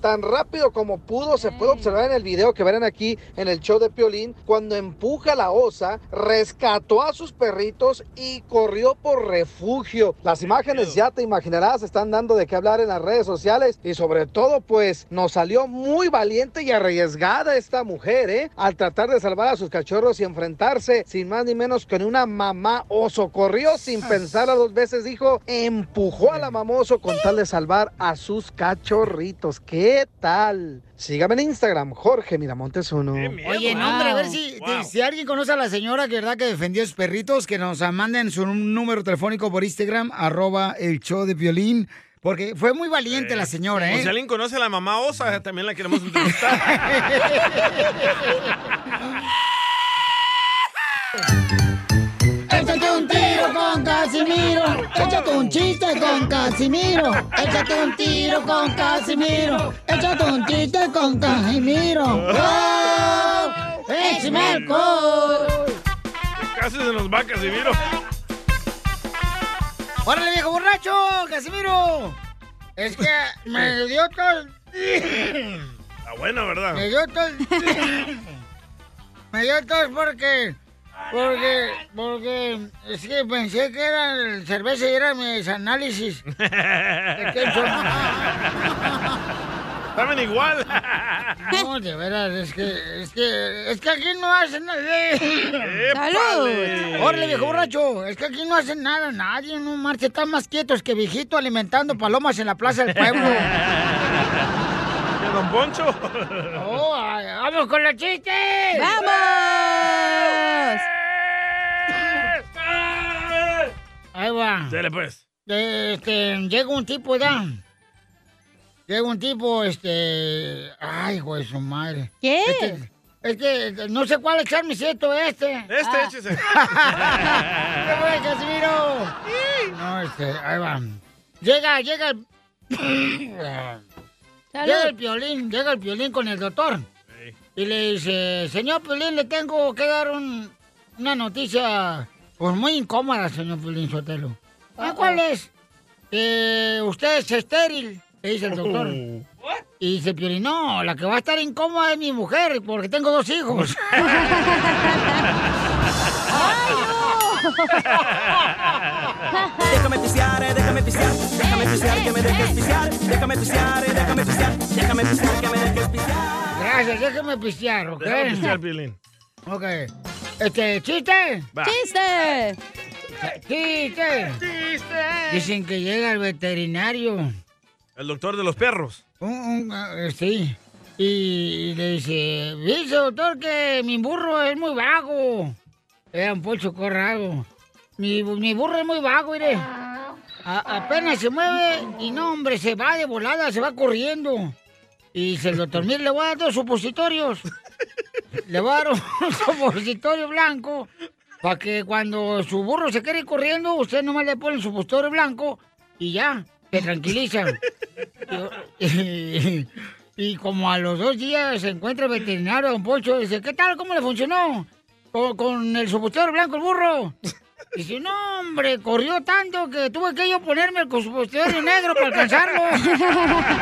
Speaker 6: Tan rápido como pudo se puede observar en el video que verán aquí en el show de Piolín, cuando empuja a la osa, rescató a sus perritos y corrió por refugio. Las imágenes ya te imaginarás, están dando de qué hablar en las redes sociales y sobre todo pues nos salió muy valiente y arriesgada esta mujer, ¿eh? Al tratar de salvar a sus cachorros y enfrentarse sin más ni menos que una mamá oso. Corrió sin pensarla dos veces, dijo, empujó a la mamoso con tal de salvar a sus cachorritos. ¿Qué tal? Sígame en Instagram, Jorge Miramontes uno.
Speaker 2: Oye, no, hombre, a ver si, si alguien conoce a la señora que verdad que defendió a sus perritos, que nos manden su número telefónico por Instagram, arroba el show de violín. Porque fue muy valiente la señora,
Speaker 3: O si
Speaker 2: ¿eh?
Speaker 3: alguien conoce a la mamá osa, también la queremos entrevistar.
Speaker 11: Échate un tiro con Casimiro. Échate un chiste con Casimiro. Échate un tiro con Casimiro. Échate un chiste con Casimiro.
Speaker 2: ¡Oh!
Speaker 11: ¡Wow!
Speaker 2: ¡Eh,
Speaker 11: ¡Échame alcohol!
Speaker 3: Casi se nos va Casimiro.
Speaker 2: ¡Órale, viejo borracho, Casimiro! Es que me dio todo...
Speaker 3: Está buena, ¿verdad?
Speaker 2: Me dio tos. me dio tos porque. Porque. Porque. Es que pensé que era el cerveza y eran mis análisis.
Speaker 3: Estaban igual.
Speaker 2: No, de veras, es que. Es que. Es que aquí no hacen nada.
Speaker 11: ¡Épale!
Speaker 2: ¡Órale, viejo borracho! Es que aquí no hacen nada, nadie, no marcha. Están más quietos que viejito alimentando palomas en la plaza del pueblo.
Speaker 3: ¿Que don Poncho?
Speaker 2: Oh, ay, ¡Vamos con los chistes!
Speaker 4: ¡Vamos!
Speaker 2: Ahí va.
Speaker 3: Dale, pues.
Speaker 2: Este, llega un tipo, ¿da? Llega un tipo, este. Ay, güey, su madre.
Speaker 4: ¿Qué?
Speaker 2: Este, este, no sé cuál echarme si esto o este.
Speaker 3: Este, échese.
Speaker 2: ¿Qué fue, Casimiro? No, este, ahí va. Llega, llega el. llega el piolín, llega el piolín con el doctor. Y le dice, señor Piolín, le tengo que dar un- una noticia pues muy incómoda, señor Piolín Sotelo. ¿Ah, cuál es? Que usted es estéril, le dice el doctor. Y dice Piolín, no, la que va a estar incómoda es mi mujer, porque tengo dos hijos.
Speaker 11: Déjame pisear, eh, déjame pisear, déjame pisear, que me dejes pisear, déjame pisear, eh, déjame pisear, déjame pisear, que me dejes
Speaker 2: Gracias, déjeme pistear, ¿ok?
Speaker 11: Déjame pistear,
Speaker 3: Piolín.
Speaker 2: Ok. Este, ¿chiste?
Speaker 3: Va.
Speaker 2: ¡Chiste! ¡Chiste! Dicen que llega el veterinario.
Speaker 3: El doctor de los perros.
Speaker 2: Un, un, eh, sí. Y, y le dice, dice doctor que mi burro es muy vago. Era un pocho corrado. Mi, bu- mi burro es muy vago, mire. A- apenas se mueve y no, hombre, se va de volada, se va corriendo. Y dice el doctor, mire, le voy a dar dos supositorios. Le voy a dar un supositorio blanco para que cuando su burro se quede corriendo, usted nomás le pone el supositorio blanco y ya, se tranquiliza. Y, y como a los dos días se encuentra el veterinario, don Poncho, y dice, ¿qué tal? ¿Cómo le funcionó? Con, con el supositorio blanco el burro. Dice, no, hombre, corrió tanto que tuve que yo ponerme el supositorio negro para alcanzarlo.
Speaker 11: pisear.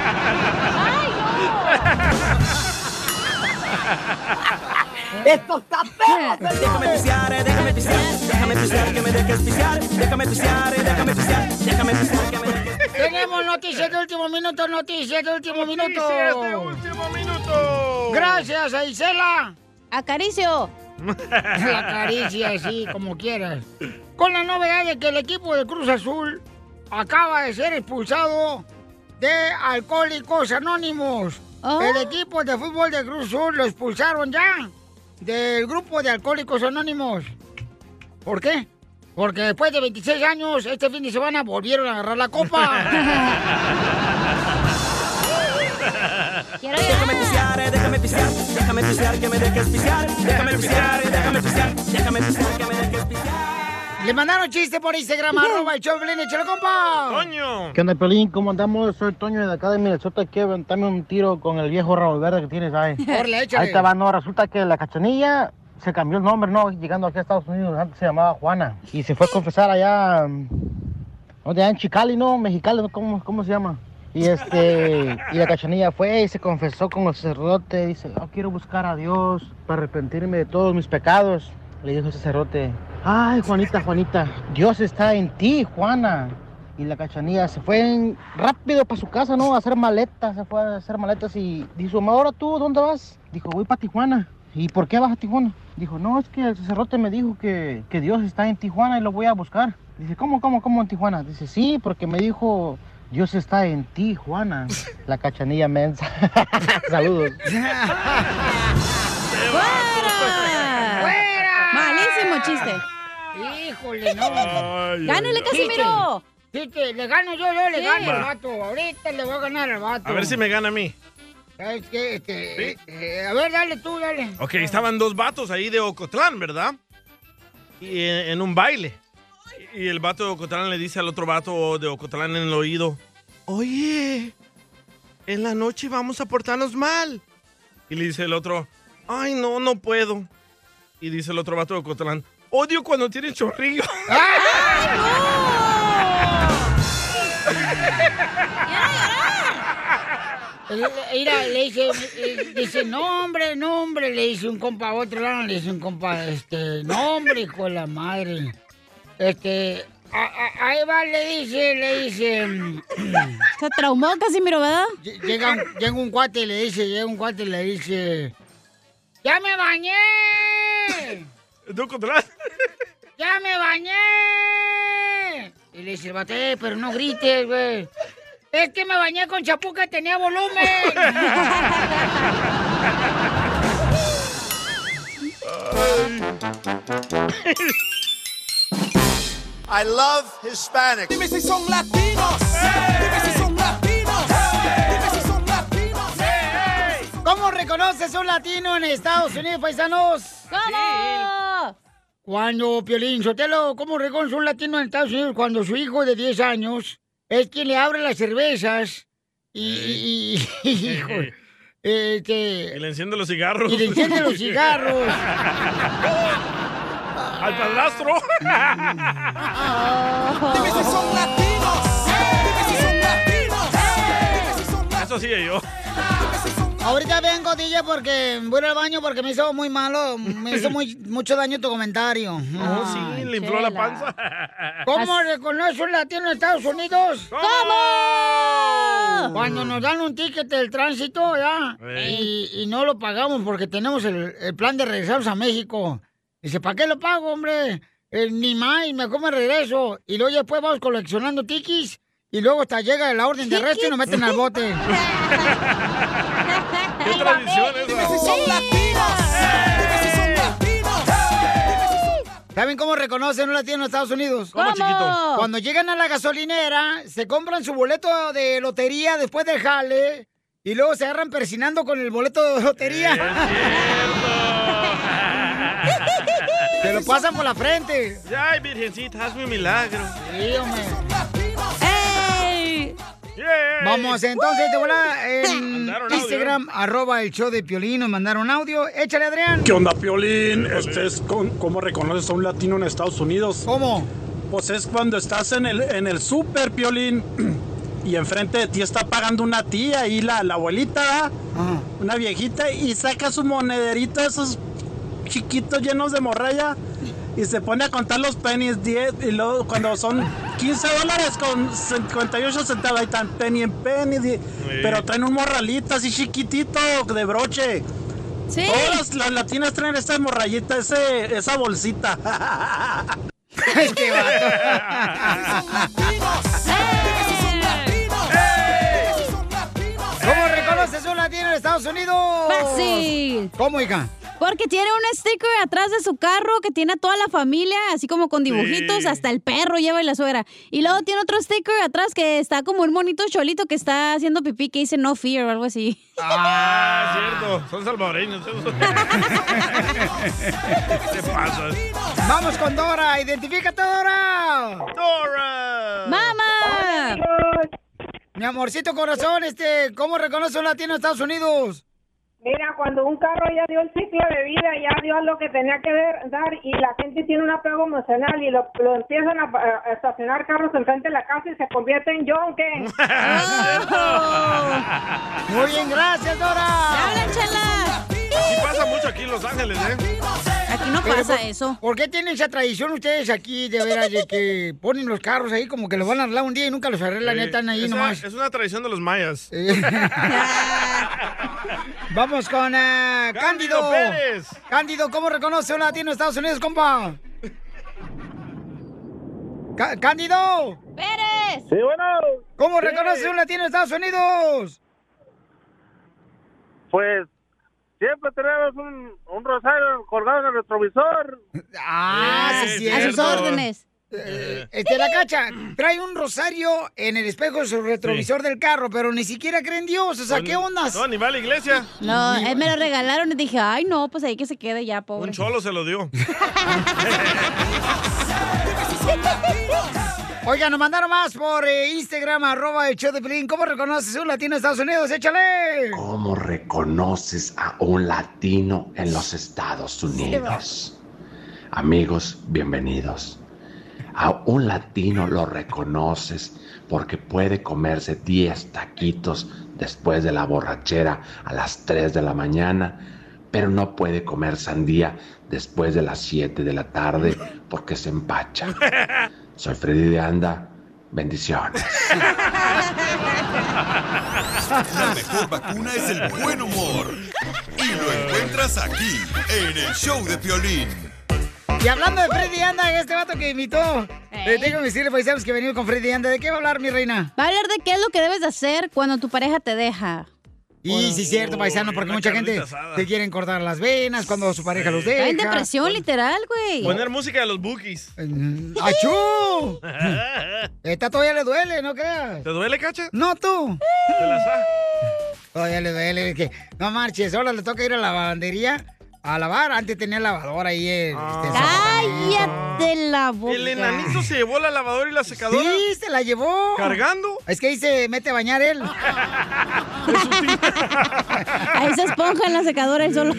Speaker 17: ¡Esto está perro! Déjame pisear, eh, déjame pisear, déjame pisear, que me dejes pisear, déjame pisear, eh, déjame pisear, déjame pisear, que me dejes
Speaker 2: Tenemos noticias de último minuto, noticias de último minuto.
Speaker 17: Noticias
Speaker 3: este
Speaker 17: de
Speaker 2: último minuto. Gracias, a Isela. Acaricio. La acaricia, sí, como quieras. Con la novedad de que el equipo del Cruz Azul acaba de ser expulsado de Alcohólicos Anónimos. El equipo de fútbol de Cruz Azul lo expulsaron ya del grupo de Alcohólicos Anónimos. ¿Por qué? Porque después de 26 años, este fin de semana volvieron a agarrar la copa.
Speaker 17: Déjame pisear, eh, déjame pisear, déjame pisear, que me dejes pisear, déjame pisear, eh, déjame pisear, déjame pisear, que me dejes
Speaker 2: Le mandaron chiste por Instagram, arroba el show, de Piolín, échale, compa. Toño.
Speaker 18: ¿Qué onda, Pelín? ¿Cómo andamos? Soy Toño de acá de Minnesota. Quiero aventarme un tiro con el viejo rabo verde que tienes ahí.
Speaker 2: Órale, échale.
Speaker 18: Ahí te va, no. Resulta que la cachanilla se cambió el nombre, ¿no? Llegando aquí a Estados Unidos, antes se llamaba Juana. Y se fue a confesar allá. mm, ¿Dónde? Allá En Chicali, ¿no? Mexicali, ¿no? ¿cómo, cómo se llama? Y este, y la cachanilla fue y se confesó con el sacerdote. Dice, yo quiero buscar a Dios para arrepentirme de todos mis pecados. Le dijo el sacerdote, ay, Juanita, Juanita, Dios está en ti, Juana. Y la cachanilla se fue en- rápido para su casa, ¿no? A hacer maletas, se fue a hacer maletas y dijo, "Ma, ahora tú, ¿dónde vas? Dijo, voy para Tijuana. ¿Y por qué vas a Tijuana? Dijo, no, es que el sacerdote me dijo que, que Dios está en Tijuana y lo voy a buscar. Dice, ¿cómo, cómo, cómo en Tijuana? Dice, sí, porque me dijo, Dios está en ti, Juana. La cachanilla mensa. Saludos.
Speaker 11: ¡Fuera!
Speaker 2: ¡Fuera!
Speaker 11: Malísimo chiste.
Speaker 2: Híjole, no.
Speaker 11: Ay, Gánale, ay, ay. Casimiro.
Speaker 2: Sí, que le gano yo, yo le
Speaker 11: Sí.
Speaker 2: gano al
Speaker 3: Va.
Speaker 2: vato. Ahorita le voy a ganar al vato.
Speaker 3: A ver si me gana a mí.
Speaker 2: ¿Sabes qué? Este, eh, a ver, dale tú, dale.
Speaker 3: Ok, estaban dos vatos ahí de Ocotlán, ¿verdad? Y en, en un baile. Y el vato de Ocotlán le dice al otro vato de Ocotlán en el oído, oye, en la noche vamos a portarnos mal. Y le dice el otro, ay, no, no puedo. Y dice el otro vato de Ocotlán, odio cuando tiene chorrillo.
Speaker 2: Eh, Mira, le dice, eh, dice, no, hombre, no, hombre, le dice un compa a otro lado, le dice un compa, este, no, hombre, con la madre. Este, a- a- ahí va, le dice, le dice. Se traumó Casimiro, ¿verdad? Llega, un- llega un cuate y le dice, llega un cuate y le dice, ¡ya me bañé!
Speaker 3: ¿Tú controlas?
Speaker 2: ¡Ya me bañé! Y le dice el vato, "Eh, pero no grites, güey. Es que me bañé con chapuca y tenía volumen.
Speaker 17: I love Hispanics. Dime si son latinos. Dime si son latinos. Dime si son latinos.
Speaker 2: ¿Cómo reconoces un latino en Estados Unidos, paisanos? ¿Cómo? Cuando, Piolín Sotelo, ¿cómo reconoces un latino en Estados Unidos cuando su hijo de 10 años es quien le abre las cervezas y... y- y- hijo, este,
Speaker 3: Y le enciende los cigarros.
Speaker 2: Y le enciende los cigarros.
Speaker 3: al padrastro.
Speaker 17: Dime si son latinos. Dime si son latinos.
Speaker 3: Eso sí, yo.
Speaker 2: Ahorita vengo, DJ, porque voy al baño porque me hizo muy malo, me hizo muy, mucho daño tu comentario.
Speaker 3: Oh, sí, le infló la
Speaker 2: Chela.
Speaker 3: panza.
Speaker 2: ¿Cómo reconoce un latino en Estados Unidos? ¿Cómo? Cuando nos dan un ticket del tránsito, ya,
Speaker 17: Ey.
Speaker 2: y, y no lo pagamos porque tenemos el, el plan de regresarnos a México. Dice, ¿para qué lo pago, hombre? Eh, ni más, mejor me regreso. Y luego ya después vamos coleccionando tiquis y luego hasta llega la orden de arresto y nos meten al bote.
Speaker 17: ¿Qué tradición es Dime si son latinos. Dime si son latinos.
Speaker 2: ¿Saben cómo reconocen un latino en Estados Unidos?
Speaker 17: ¿Cómo, chiquito?
Speaker 2: Cuando llegan a la gasolinera, se compran su boleto de lotería después del jale y luego se agarran persinando con el boleto de
Speaker 17: Eh,
Speaker 2: lotería. Se lo pasan por la frente.
Speaker 3: Ay, virgencita, hazme un milagro.
Speaker 2: Sí, hombre. Vamos, entonces, de volada eh. en Instagram, arroba el show de Piolín, nos mandaron audio. Échale, Adrián.
Speaker 19: ¿Qué onda, Piolín? Este es con- ¿Cómo reconoces a un latino en Estados Unidos?
Speaker 2: ¿Cómo?
Speaker 19: Pues es cuando estás en el, en el super, Piolín, y enfrente de ti está pagando una tía y la, la abuelita, ¿verdad? una viejita, y saca su monederito, esos chiquitos llenos de morralla, y se pone a contar los pennies 10, y luego cuando son 15 dólares con 58 centavos, ahí están penny en penny, di- pero traen un morralito así chiquitito de broche.
Speaker 11: Sí.
Speaker 19: Todas las, las latinas traen esa morrallita, ese, esa bolsita.
Speaker 11: Este
Speaker 2: ¿Cómo reconoces un latino en Estados Unidos?
Speaker 4: Fácil.
Speaker 2: ¿Cómo, hija?
Speaker 4: Porque tiene un sticker atrás de su carro que tiene a toda la familia, así como con dibujitos,
Speaker 2: Sí.
Speaker 4: hasta el perro lleva y la suegra. Y luego tiene otro sticker atrás que está como un monito cholito que está haciendo pipí que dice no fear o algo así.
Speaker 3: Ah, cierto. Son salvadoreños. ¿Qué pasa?
Speaker 2: Vamos con Dora, identifícate Dora.
Speaker 17: Ah.
Speaker 3: Dora.
Speaker 4: Mamá.
Speaker 2: Mi amorcito corazón, este, ¿cómo reconoce un latino en Estados Unidos?
Speaker 15: Mira, cuando un carro ya dio el ciclo de vida, ya dio lo que tenía que ver- dar y la gente tiene un apego emocional y lo, lo empiezan a, a- a estacionar carros enfrente de la casa y se convierte en yonke.
Speaker 2: Muy bien, gracias, Dora.
Speaker 4: ¡Habla, chala!
Speaker 3: Así pasa mucho aquí en Los Ángeles, ¿eh?
Speaker 4: Aquí no
Speaker 2: Pero
Speaker 4: pasa
Speaker 2: por-
Speaker 4: eso.
Speaker 2: ¿Por qué tienen esa tradición ustedes aquí de veras de que ponen los carros ahí como que los van a arreglar un día y nunca los arreglan,
Speaker 3: Eh,
Speaker 2: están ahí
Speaker 3: es una,
Speaker 2: nomás? Eh.
Speaker 3: es una tradición de los mayas.
Speaker 2: Vamos con ah, Cándido.
Speaker 3: Cándido Pérez.
Speaker 2: Cándido, ¿cómo reconoce un latino en Estados Unidos, compa? Cá- Cándido.
Speaker 4: Pérez.
Speaker 2: Sí, bueno. ¿Cómo
Speaker 10: Sí.
Speaker 2: reconoce un latino en Estados Unidos?
Speaker 10: Pues siempre tenemos un, un rosario colgado en el retrovisor.
Speaker 2: Ah, sí,
Speaker 4: A sus órdenes.
Speaker 2: Este, la cacha, trae un rosario en el espejo de su retrovisor del carro, pero ni siquiera cree en Dios. O sea, ¿qué ondas?
Speaker 3: No, ni va a la iglesia.
Speaker 4: No, eh, me lo regalaron y dije, ay no, pues ahí que se quede ya, pobre.
Speaker 3: Un cholo se lo dio.
Speaker 2: Oiga, nos mandaron más por eh, Instagram, arroba el show de Pelín. ¿Cómo reconoces un latino en Estados Unidos? ¡Échale!
Speaker 20: ¿Cómo reconoces a un latino en los Estados Unidos? Amigos, bienvenidos. A un latino lo reconoces porque puede comerse 10 taquitos después de la borrachera a las 3 de la mañana, pero no puede comer sandía después de las 7 de la tarde porque se empacha. Soy Freddy de Anda. Bendiciones.
Speaker 5: La mejor vacuna es el buen humor. Y lo encuentras aquí, en el show de Piolín.
Speaker 2: Y hablando de Freddy Anda, este vato que imitó,
Speaker 4: Ey.
Speaker 2: eh, tengo que decirle, paisanos, que venimos con Freddy Anda. ¿De qué va a hablar, mi reina?
Speaker 4: Va a hablar de qué es lo que debes de hacer cuando tu pareja te deja.
Speaker 2: Y sí, es cierto, paisano, porque mucha gente te quieren cortar las venas cuando su pareja los deja.
Speaker 4: Está en depresión literal, güey.
Speaker 3: Poner música de los bookies.
Speaker 2: ¡Achú! Esta todavía le duele, no creas.
Speaker 3: ¿Te duele, cacha?
Speaker 2: No, tú.
Speaker 3: ¿Te las ha?
Speaker 2: Todavía Oh, le duele. es que, no marches, ahora le toca ir a la lavandería a lavar. Antes tenía lavadora ahí. el- este,
Speaker 4: ¡Cállate la boca!
Speaker 3: Ah. El enanito se llevó la lavadora y la secadora.
Speaker 2: Sí, se la llevó.
Speaker 3: ¿Cargando?
Speaker 2: Es que ahí se mete a bañar él.
Speaker 4: Ahí se esponja en la secadora el solo.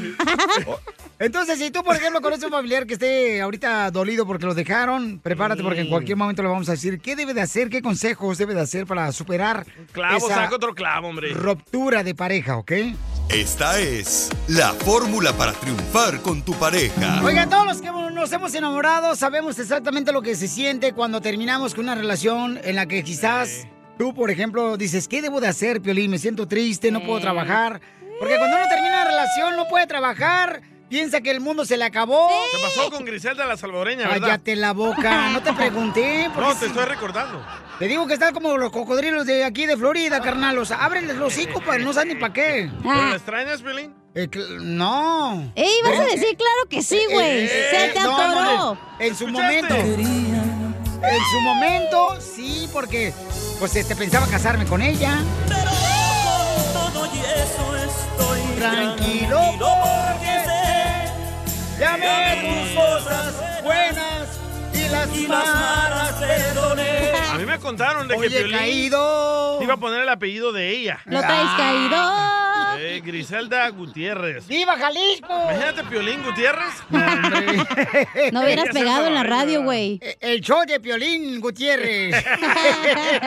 Speaker 2: Entonces, si tú, por ejemplo, conoces a un familiar que esté ahorita dolido porque lo dejaron, prepárate porque en cualquier momento le vamos a decir qué debe de hacer, qué consejos debe de hacer para superar
Speaker 3: Clavo,
Speaker 2: esa
Speaker 3: saca otro clavo, hombre.
Speaker 2: ruptura de pareja, ¿ok?
Speaker 5: Esta es la fórmula para triunfar con tu pareja.
Speaker 2: Oigan, todos los que nos hemos enamorado sabemos exactamente lo que se siente cuando terminamos con una relación en la que quizás tú, por ejemplo, dices, ¿qué debo de hacer, Piolín? Me siento triste, no puedo
Speaker 1: Eh.
Speaker 2: trabajar. Porque cuando uno termina una relación, no puede trabajar, piensa que el mundo se le acabó.
Speaker 3: Te pasó con Griselda la salvadoreña, ¿verdad?
Speaker 2: Cállate la boca, no te pregunté. ¿por
Speaker 3: No,
Speaker 2: qué
Speaker 3: te
Speaker 2: sí? Ah.
Speaker 3: estoy recordando.
Speaker 2: Te digo que están como los cocodrilos de aquí de Florida, carnal. O sea, ábreles los hocico, para no saben ni para qué.
Speaker 3: ¿Pero la extrañas, Pelín?
Speaker 2: Eh, cl- no.
Speaker 4: ¡Ey, vas a decir claro que sí, güey!
Speaker 2: Eh,
Speaker 4: ¡Se te
Speaker 2: no,
Speaker 4: atoró!
Speaker 2: no, en su momento. En su momento, sí, porque pues este pensaba casarme con ella.
Speaker 11: Todo y eso estoy
Speaker 2: Tranquilo, porque sé ya me tus cosas buenas y las malas perdoné.
Speaker 3: A mí me contaron de
Speaker 2: Oye,
Speaker 3: que Piolín
Speaker 2: caído.
Speaker 3: iba a poner el apellido de ella.
Speaker 4: Lo traes caído.
Speaker 3: Eh, Griselda Gutiérrez.
Speaker 2: ¡Viva Jalisco!
Speaker 3: Imagínate Piolín Gutiérrez.
Speaker 4: No hubieras
Speaker 3: Ya se
Speaker 4: pegado en la
Speaker 3: arregla.
Speaker 4: radio, güey.
Speaker 2: Eh, El show de Piolín Gutiérrez.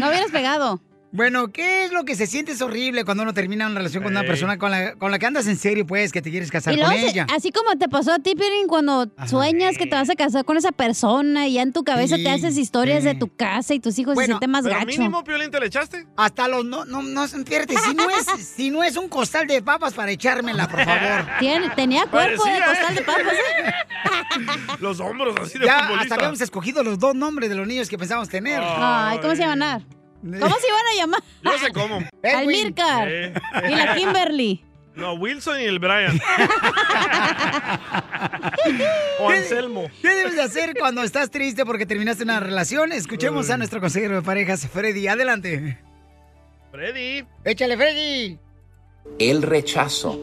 Speaker 4: No hubieras pegado.
Speaker 2: Bueno, ¿qué es lo que se siente es horrible cuando uno termina una relación con una
Speaker 4: Ey.
Speaker 2: persona con la, con la que andas en serio, pues, que te quieres casar
Speaker 4: Y
Speaker 2: con
Speaker 4: luego, se-
Speaker 2: ella?
Speaker 4: así como te pasó a ti, Piolín, cuando sueñas que te vas a casar con esa persona y ya en tu cabeza
Speaker 2: Sí,
Speaker 4: te haces historias de tu casa y tus hijos pues, se sienten más gacho.
Speaker 3: Piolín, ¿te le echaste?
Speaker 2: Hasta los... No, no, no, fíjate, si no, es, si no es un costal de papas para echármela, por favor.
Speaker 4: Tiene- tenía cuerpo de costal de papas, ¿eh?
Speaker 3: Los hombros así de
Speaker 2: Ya
Speaker 3: futbolista.
Speaker 2: hasta habíamos escogido los dos nombres de los niños que pensábamos tener.
Speaker 4: Ay, ¿cómo se iban a llamar? ¿Cómo se iban a llamar?
Speaker 3: Yo sé cómo.
Speaker 4: Al Mircar
Speaker 3: Eh.
Speaker 4: y la Kimberly.
Speaker 3: No, Wilson y el Brian. o Anselmo.
Speaker 2: ¿Qué debes de hacer cuando estás triste porque terminaste una relación? Escuchemos a nuestro consejero de parejas, Freddy. Adelante.
Speaker 3: Freddy.
Speaker 2: Échale, Freddy.
Speaker 21: El rechazo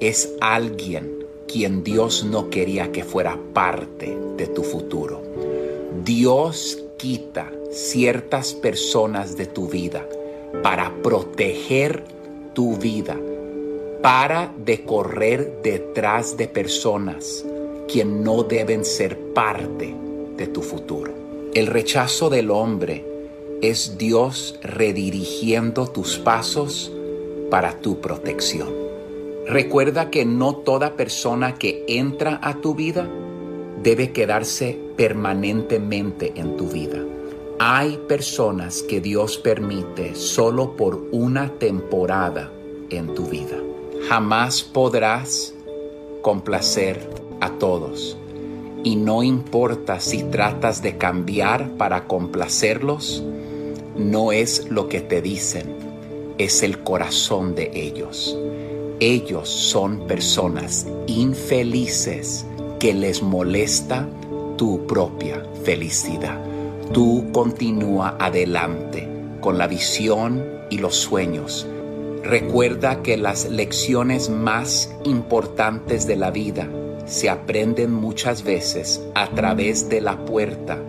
Speaker 21: es alguien quien Dios no quería que fuera parte de tu futuro. Dios quita ciertas personas de tu vida para proteger tu vida, para de correr detrás de personas quien no deben ser parte de tu futuro. El rechazo del hombre es Dios redirigiendo tus pasos para tu protección. Recuerda que no toda persona que entra a tu vida debe quedarse permanentemente en tu vida. Hay personas que Dios permite solo por una temporada en tu vida. Jamás podrás complacer a todos. Y no importa si tratas de cambiar para complacerlos, no es lo que te dicen, es el corazón de ellos. Ellos son personas infelices que les molesta tu propia felicidad. Tú continúa adelante con la visión y los sueños. Recuerda que las lecciones más importantes de la vida se aprenden muchas veces a través de la puerta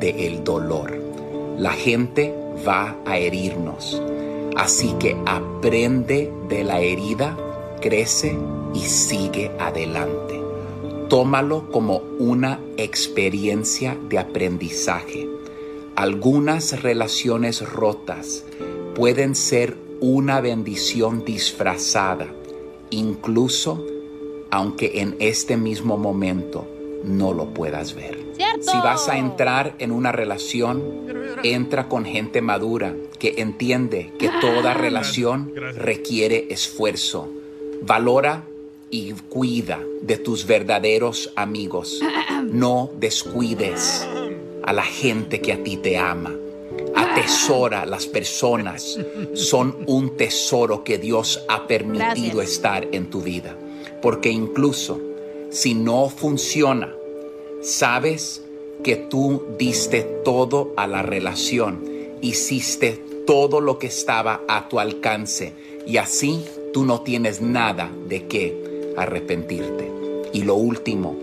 Speaker 21: del dolor. La gente va a herirnos. Así que aprende de la herida, crece y sigue adelante. Tómalo como una experiencia de aprendizaje. Algunas relaciones rotas pueden ser una bendición disfrazada, incluso aunque en este mismo momento no lo puedas ver.
Speaker 4: ¿Cierto?
Speaker 21: Si vas a entrar en una relación, entra con gente madura que entiende que toda relación requiere esfuerzo. Valora y cuida de tus verdaderos amigos. No descuides a la gente que a ti te ama. Atesora las personas. Son un tesoro que Dios ha permitido
Speaker 4: Gracias.
Speaker 21: estar en tu vida. Porque incluso si no funciona, Sabes que tú diste todo a la relación, hiciste todo lo que estaba a tu alcance y así tú no tienes nada de qué arrepentirte. Y lo último,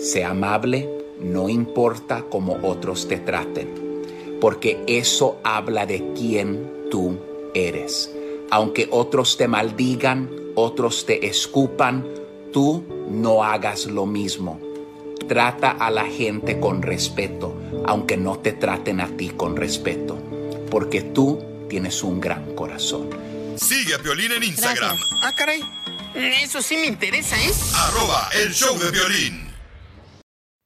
Speaker 21: sé amable, no importa cómo otros te traten porque eso habla de quién tú eres. Aunque otros te maldigan, otros te escupan, tú no hagas lo mismo. Trata a la gente con respeto, aunque no te traten a ti con respeto, porque tú tienes un gran corazón.
Speaker 5: Sigue a Piolín en Instagram.
Speaker 21: Ah, caray.
Speaker 22: Eso sí me interesa, ¿eh?
Speaker 5: Arroba el show de violín.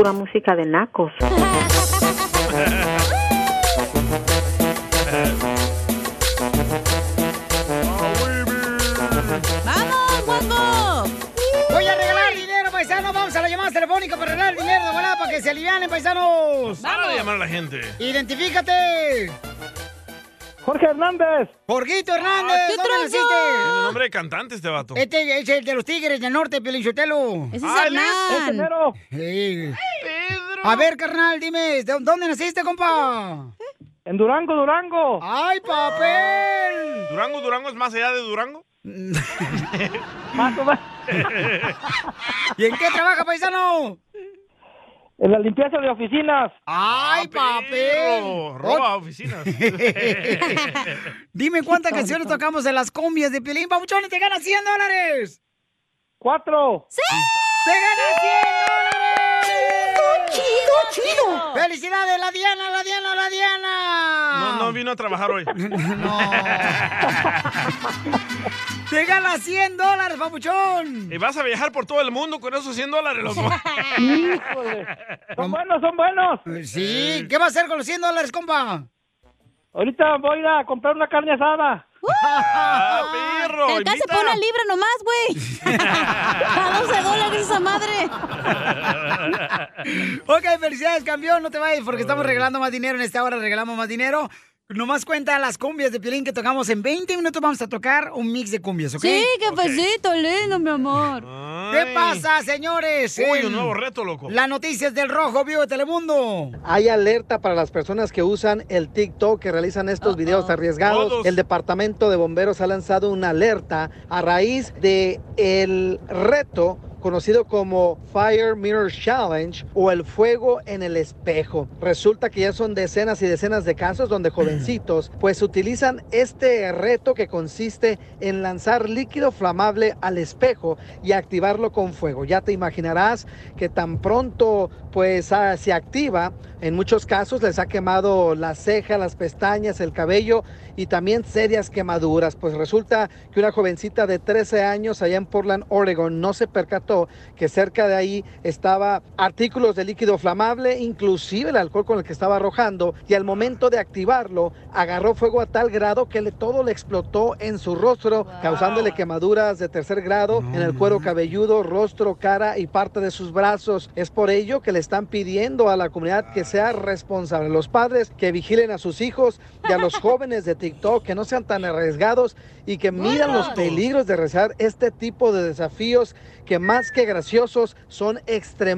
Speaker 23: Pura música de nacos.
Speaker 2: ¡Vamos, guapo! Voy a regalar dinero, paisano. Vamos a la llamada telefónica para regalar dinero de volada para que se alivianen, paisanos.
Speaker 3: Para de llamar a la gente.
Speaker 2: ¡Identifícate!
Speaker 3: Jorge Hernández.
Speaker 2: ¡Jorgito Hernández!
Speaker 3: Ah, ¿Qué
Speaker 2: ¿Dónde
Speaker 3: tranza? Tiene
Speaker 2: naciste?
Speaker 3: nombre de cantante este vato.
Speaker 2: Este es el de los tigres del norte, Pelichotelo.
Speaker 3: Ese es Ah, él es.
Speaker 2: Este
Speaker 3: Hernán.
Speaker 2: Pedro. A ver, carnal, dime, ¿de ¿dónde naciste, compa? En Durango, Durango. ¡Ay, papel!
Speaker 3: ¿Durango, Durango es más allá de Durango?
Speaker 2: ¿Y en qué trabaja, paisano?
Speaker 1: En la limpieza de oficinas.
Speaker 2: ¡Ay, papel!
Speaker 3: Ah, roba
Speaker 2: Ot-
Speaker 3: oficinas.
Speaker 2: Dime cuántas canciones tocamos en las combias de Piolín Pabuchón y te ganas 100 dólares. ¡Cuatro! ¡Sí! ¡Te ganas 100 dólares! ¡Chido, chido, chido! ¡Felicidades, la Diana, la Diana, la Diana!
Speaker 3: No, no vino a trabajar hoy.
Speaker 2: ¡Te ganas 100 dólares, papuchón!
Speaker 3: Y vas a viajar por todo el mundo con esos 100 dólares, loco.
Speaker 2: ¡Son buenos, son buenos! Pues Sí, ¿qué va a hacer con los 100 dólares, compa? Ahorita voy a comprar una carne asada.
Speaker 3: ¡Ah, perro!
Speaker 4: Te alcanza
Speaker 3: invita.
Speaker 4: por una libra nomás, güey. A 12 dólares esa madre.
Speaker 2: Ok, felicidades, campeón. No te vayas porque estamos regalando más dinero. En esta hora regalamos más dinero. Nomás cuenta las cumbias de Piolín que tocamos. En 20 minutos vamos a tocar un mix de cumbias, ¿ok?
Speaker 4: Sí, qué pasito, lindo, mi amor.
Speaker 2: ¿Qué pasa, señores?
Speaker 3: Uy,
Speaker 2: En
Speaker 3: un nuevo reto, loco.
Speaker 2: Las noticias del Rojo Vivo de Telemundo.
Speaker 6: Hay alerta para las personas que usan el TikTok, que realizan estos videos arriesgados.
Speaker 2: Ah, Todos.
Speaker 6: El Departamento de Bomberos ha lanzado una alerta a raíz de el reto conocido como Fire Mirror Challenge o el fuego en el espejo. Resulta que ya son decenas y decenas de casos donde jovencitos pues utilizan este reto que consiste en lanzar líquido flamable al espejo y activarlo con fuego. Ya te imaginarás que tan pronto pues ah, se activa, en muchos casos les ha quemado la ceja, las pestañas, el cabello y también serias quemaduras. Pues resulta que una jovencita de 13 años allá en Portland, Oregon, no se percató que cerca de ahí estaba artículos de líquido flamable, inclusive el alcohol con el que estaba arrojando y al momento de activarlo agarró fuego a tal grado que le- todo le explotó en su rostro, causándole quemaduras de tercer grado en el cuero cabelludo, rostro, cara y parte de sus brazos. Es por ello que le están pidiendo a la comunidad que sea responsable. Los padres que vigilen a sus hijos y a los jóvenes de TikTok que no sean tan arriesgados y que midan los peligros de realizar este tipo de desafíos que más que graciosos son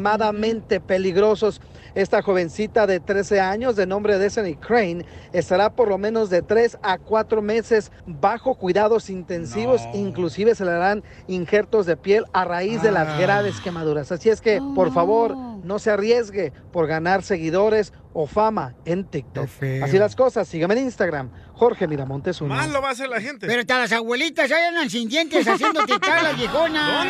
Speaker 6: extremadamente peligrosos. Esta jovencita de 13 años de nombre Destiny Crane estará por lo menos de 3 a 4 meses bajo cuidados intensivos, inclusive se le harán injertos de piel a raíz de las graves quemaduras. Así es que, por favor, no se arriesgue por ganar seguidores o fama en TikTok. Así las cosas, sígame en Instagram, Jorge Miramontes uno.
Speaker 3: Más lo va a hacer la gente.
Speaker 2: Pero hasta las abuelitas ya andan sin dientes haciendo tic-tac las viejonas.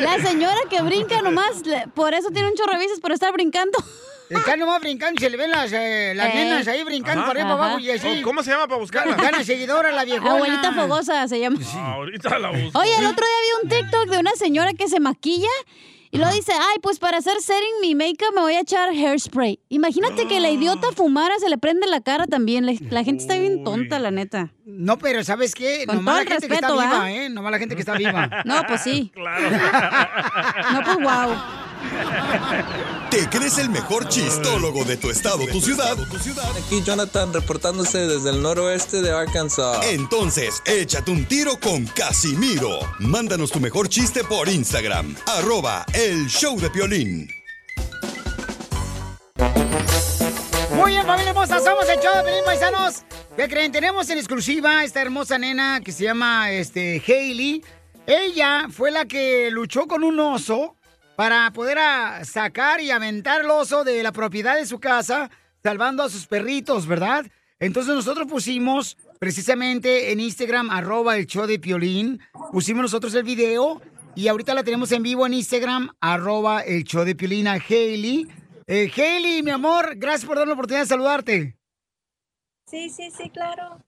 Speaker 4: La señora que brinca nomás, le- por eso tiene un chorro de visas por estar brincando. Eh.
Speaker 2: Está nomás brincando, se le ven las, eh, las nenas ahí brincando para arriba, para abajo y así.
Speaker 3: Oh, ¿Cómo se llama para buscarla?
Speaker 2: Gana seguidora la viejona.
Speaker 4: Abuelita fogosa se llama.
Speaker 3: Ah, ahorita la busco.
Speaker 4: Oye, el otro día vi un TikTok de una señora que se maquilla Y luego dice, ay, pues para hacer setting mi makeup me voy a echar hairspray. Imagínate que la idiota fumara, se le prende la cara también. La, la gente está bien tonta, la neta.
Speaker 2: No, pero ¿sabes qué?
Speaker 4: Con todo
Speaker 2: Nomás la
Speaker 4: el
Speaker 2: gente
Speaker 4: respeto,
Speaker 2: que está
Speaker 4: ¿va?
Speaker 2: viva, ¿eh? Nomás la gente que está viva.
Speaker 4: No, pues sí. No, pues wow.
Speaker 5: ¿Te crees el mejor chistólogo de tu estado, tu ciudad?
Speaker 24: Aquí Jonathan reportándose desde el noroeste de Arkansas.
Speaker 5: Entonces, échate un tiro con Casimiro. Mándanos tu mejor chiste por Instagram. Arroba el show de Piolín.
Speaker 2: Muy bien, familia hermosa, somos el show de Pelín Paisanos. ¿Qué creen? Tenemos en exclusiva esta hermosa nena que se llama este, Hailey. Ella fue la que luchó con un oso para poder ah, sacar y aventar el oso de la propiedad de su casa, salvando a sus perritos, ¿verdad? Entonces nosotros pusimos precisamente en Instagram, arroba el show de Piolín, pusimos nosotros el video y ahorita la tenemos en vivo en Instagram, arroba el show de Piolín a Hailey. Eh, Hailey, mi amor, gracias por darme la oportunidad de saludarte.
Speaker 14: Sí, sí, sí, claro.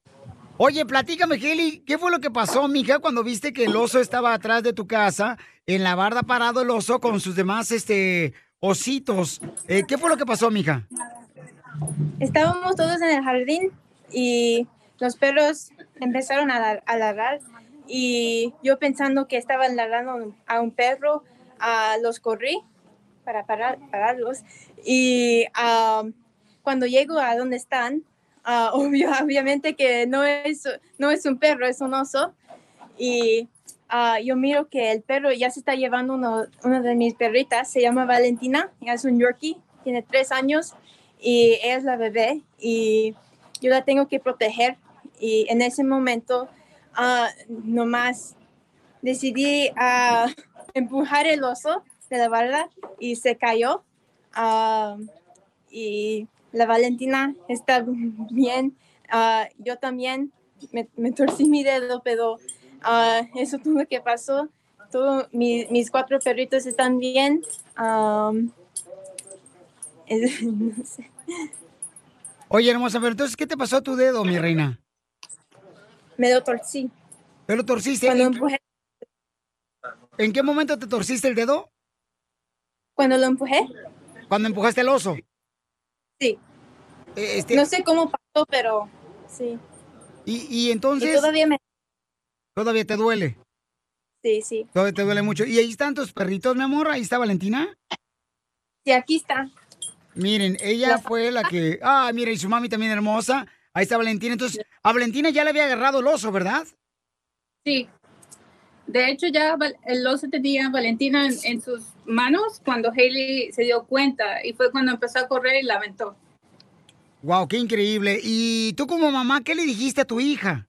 Speaker 2: Oye, platícame, Hailey, ¿qué fue lo que pasó, mija, cuando viste que el oso estaba atrás de tu casa, en la barda parado el oso con sus demás, este, ositos? Eh, ¿Qué fue lo que pasó, mija?
Speaker 14: Estábamos todos en el jardín y los perros empezaron a, lar- a ladrar y yo pensando que estaban ladrando a un perro, ah, los corrí para parar- pararlos y ah, cuando llego a donde están, ah, obvio- obviamente que no es, no es un perro, es un oso y ah, yo miro que el perro ya se está llevando uno, una de mis perritas, se llama Valentina, ella es un Yorkie, tiene tres años y ella es la bebé y yo la tengo que proteger y en ese momento ah, nomás decidí ah, empujar el oso de la barda y se cayó Ah, y la Valentina está bien Ah, yo también me, me torcí mi dedo pero ah, eso todo lo que pasó todo mi- mis cuatro perritos están bien Ah, es- no sé.
Speaker 2: Oye, hermosa, pero entonces, ¿qué te pasó a tu dedo, mi reina?
Speaker 14: Me lo torcí.
Speaker 2: ¿Te lo torciste? ¿En, en qué momento te torciste el dedo?
Speaker 14: Cuando lo empujé.
Speaker 2: Cuando empujaste el oso.
Speaker 14: Sí.
Speaker 2: este-
Speaker 14: No sé cómo pasó, pero sí.
Speaker 2: Y, y entonces...
Speaker 14: Y todavía me...
Speaker 2: Todavía te duele.
Speaker 14: Sí, sí.
Speaker 2: Todavía te duele mucho. ¿Y ahí están tus perritos, mi amor? ¿Ahí está Valentina?
Speaker 14: Sí, aquí está.
Speaker 2: Miren, ella fue la que... Ah, mira, y su mami también hermosa. Ahí está Valentina. Entonces, a Valentina ya le había agarrado el oso, ¿verdad?
Speaker 16: Sí. De hecho, ya Val- el oso tenía a Valentina en, en sus manos cuando Haley se dio cuenta y fue cuando empezó a correr y la aventó.
Speaker 2: Wow, qué increíble. ¿Y tú como mamá, qué le dijiste a tu hija?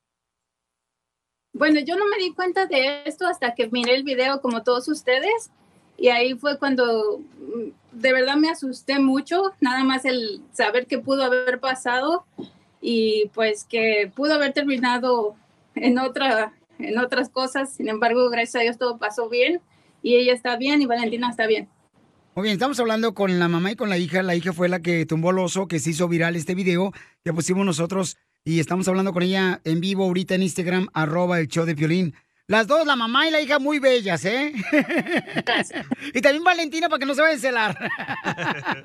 Speaker 16: Bueno, yo no me di cuenta de esto hasta que miré el video como todos ustedes y ahí fue cuando mm, de verdad me asusté mucho, nada más el saber que pudo haber pasado y pues que pudo haber terminado en otra en otras cosas. Sin embargo, gracias a Dios todo pasó bien y ella está bien y Valentina está bien.
Speaker 2: Muy bien, estamos hablando con la mamá y con la hija. La hija fue la que tumbó el oso, que se hizo viral este video que pusimos nosotros. Y estamos hablando con ella en vivo ahorita en Instagram, arroba el show de Piolín. Las dos, la mamá y la hija, muy bellas, ¿eh? y también Valentina para que no se vaya a celar.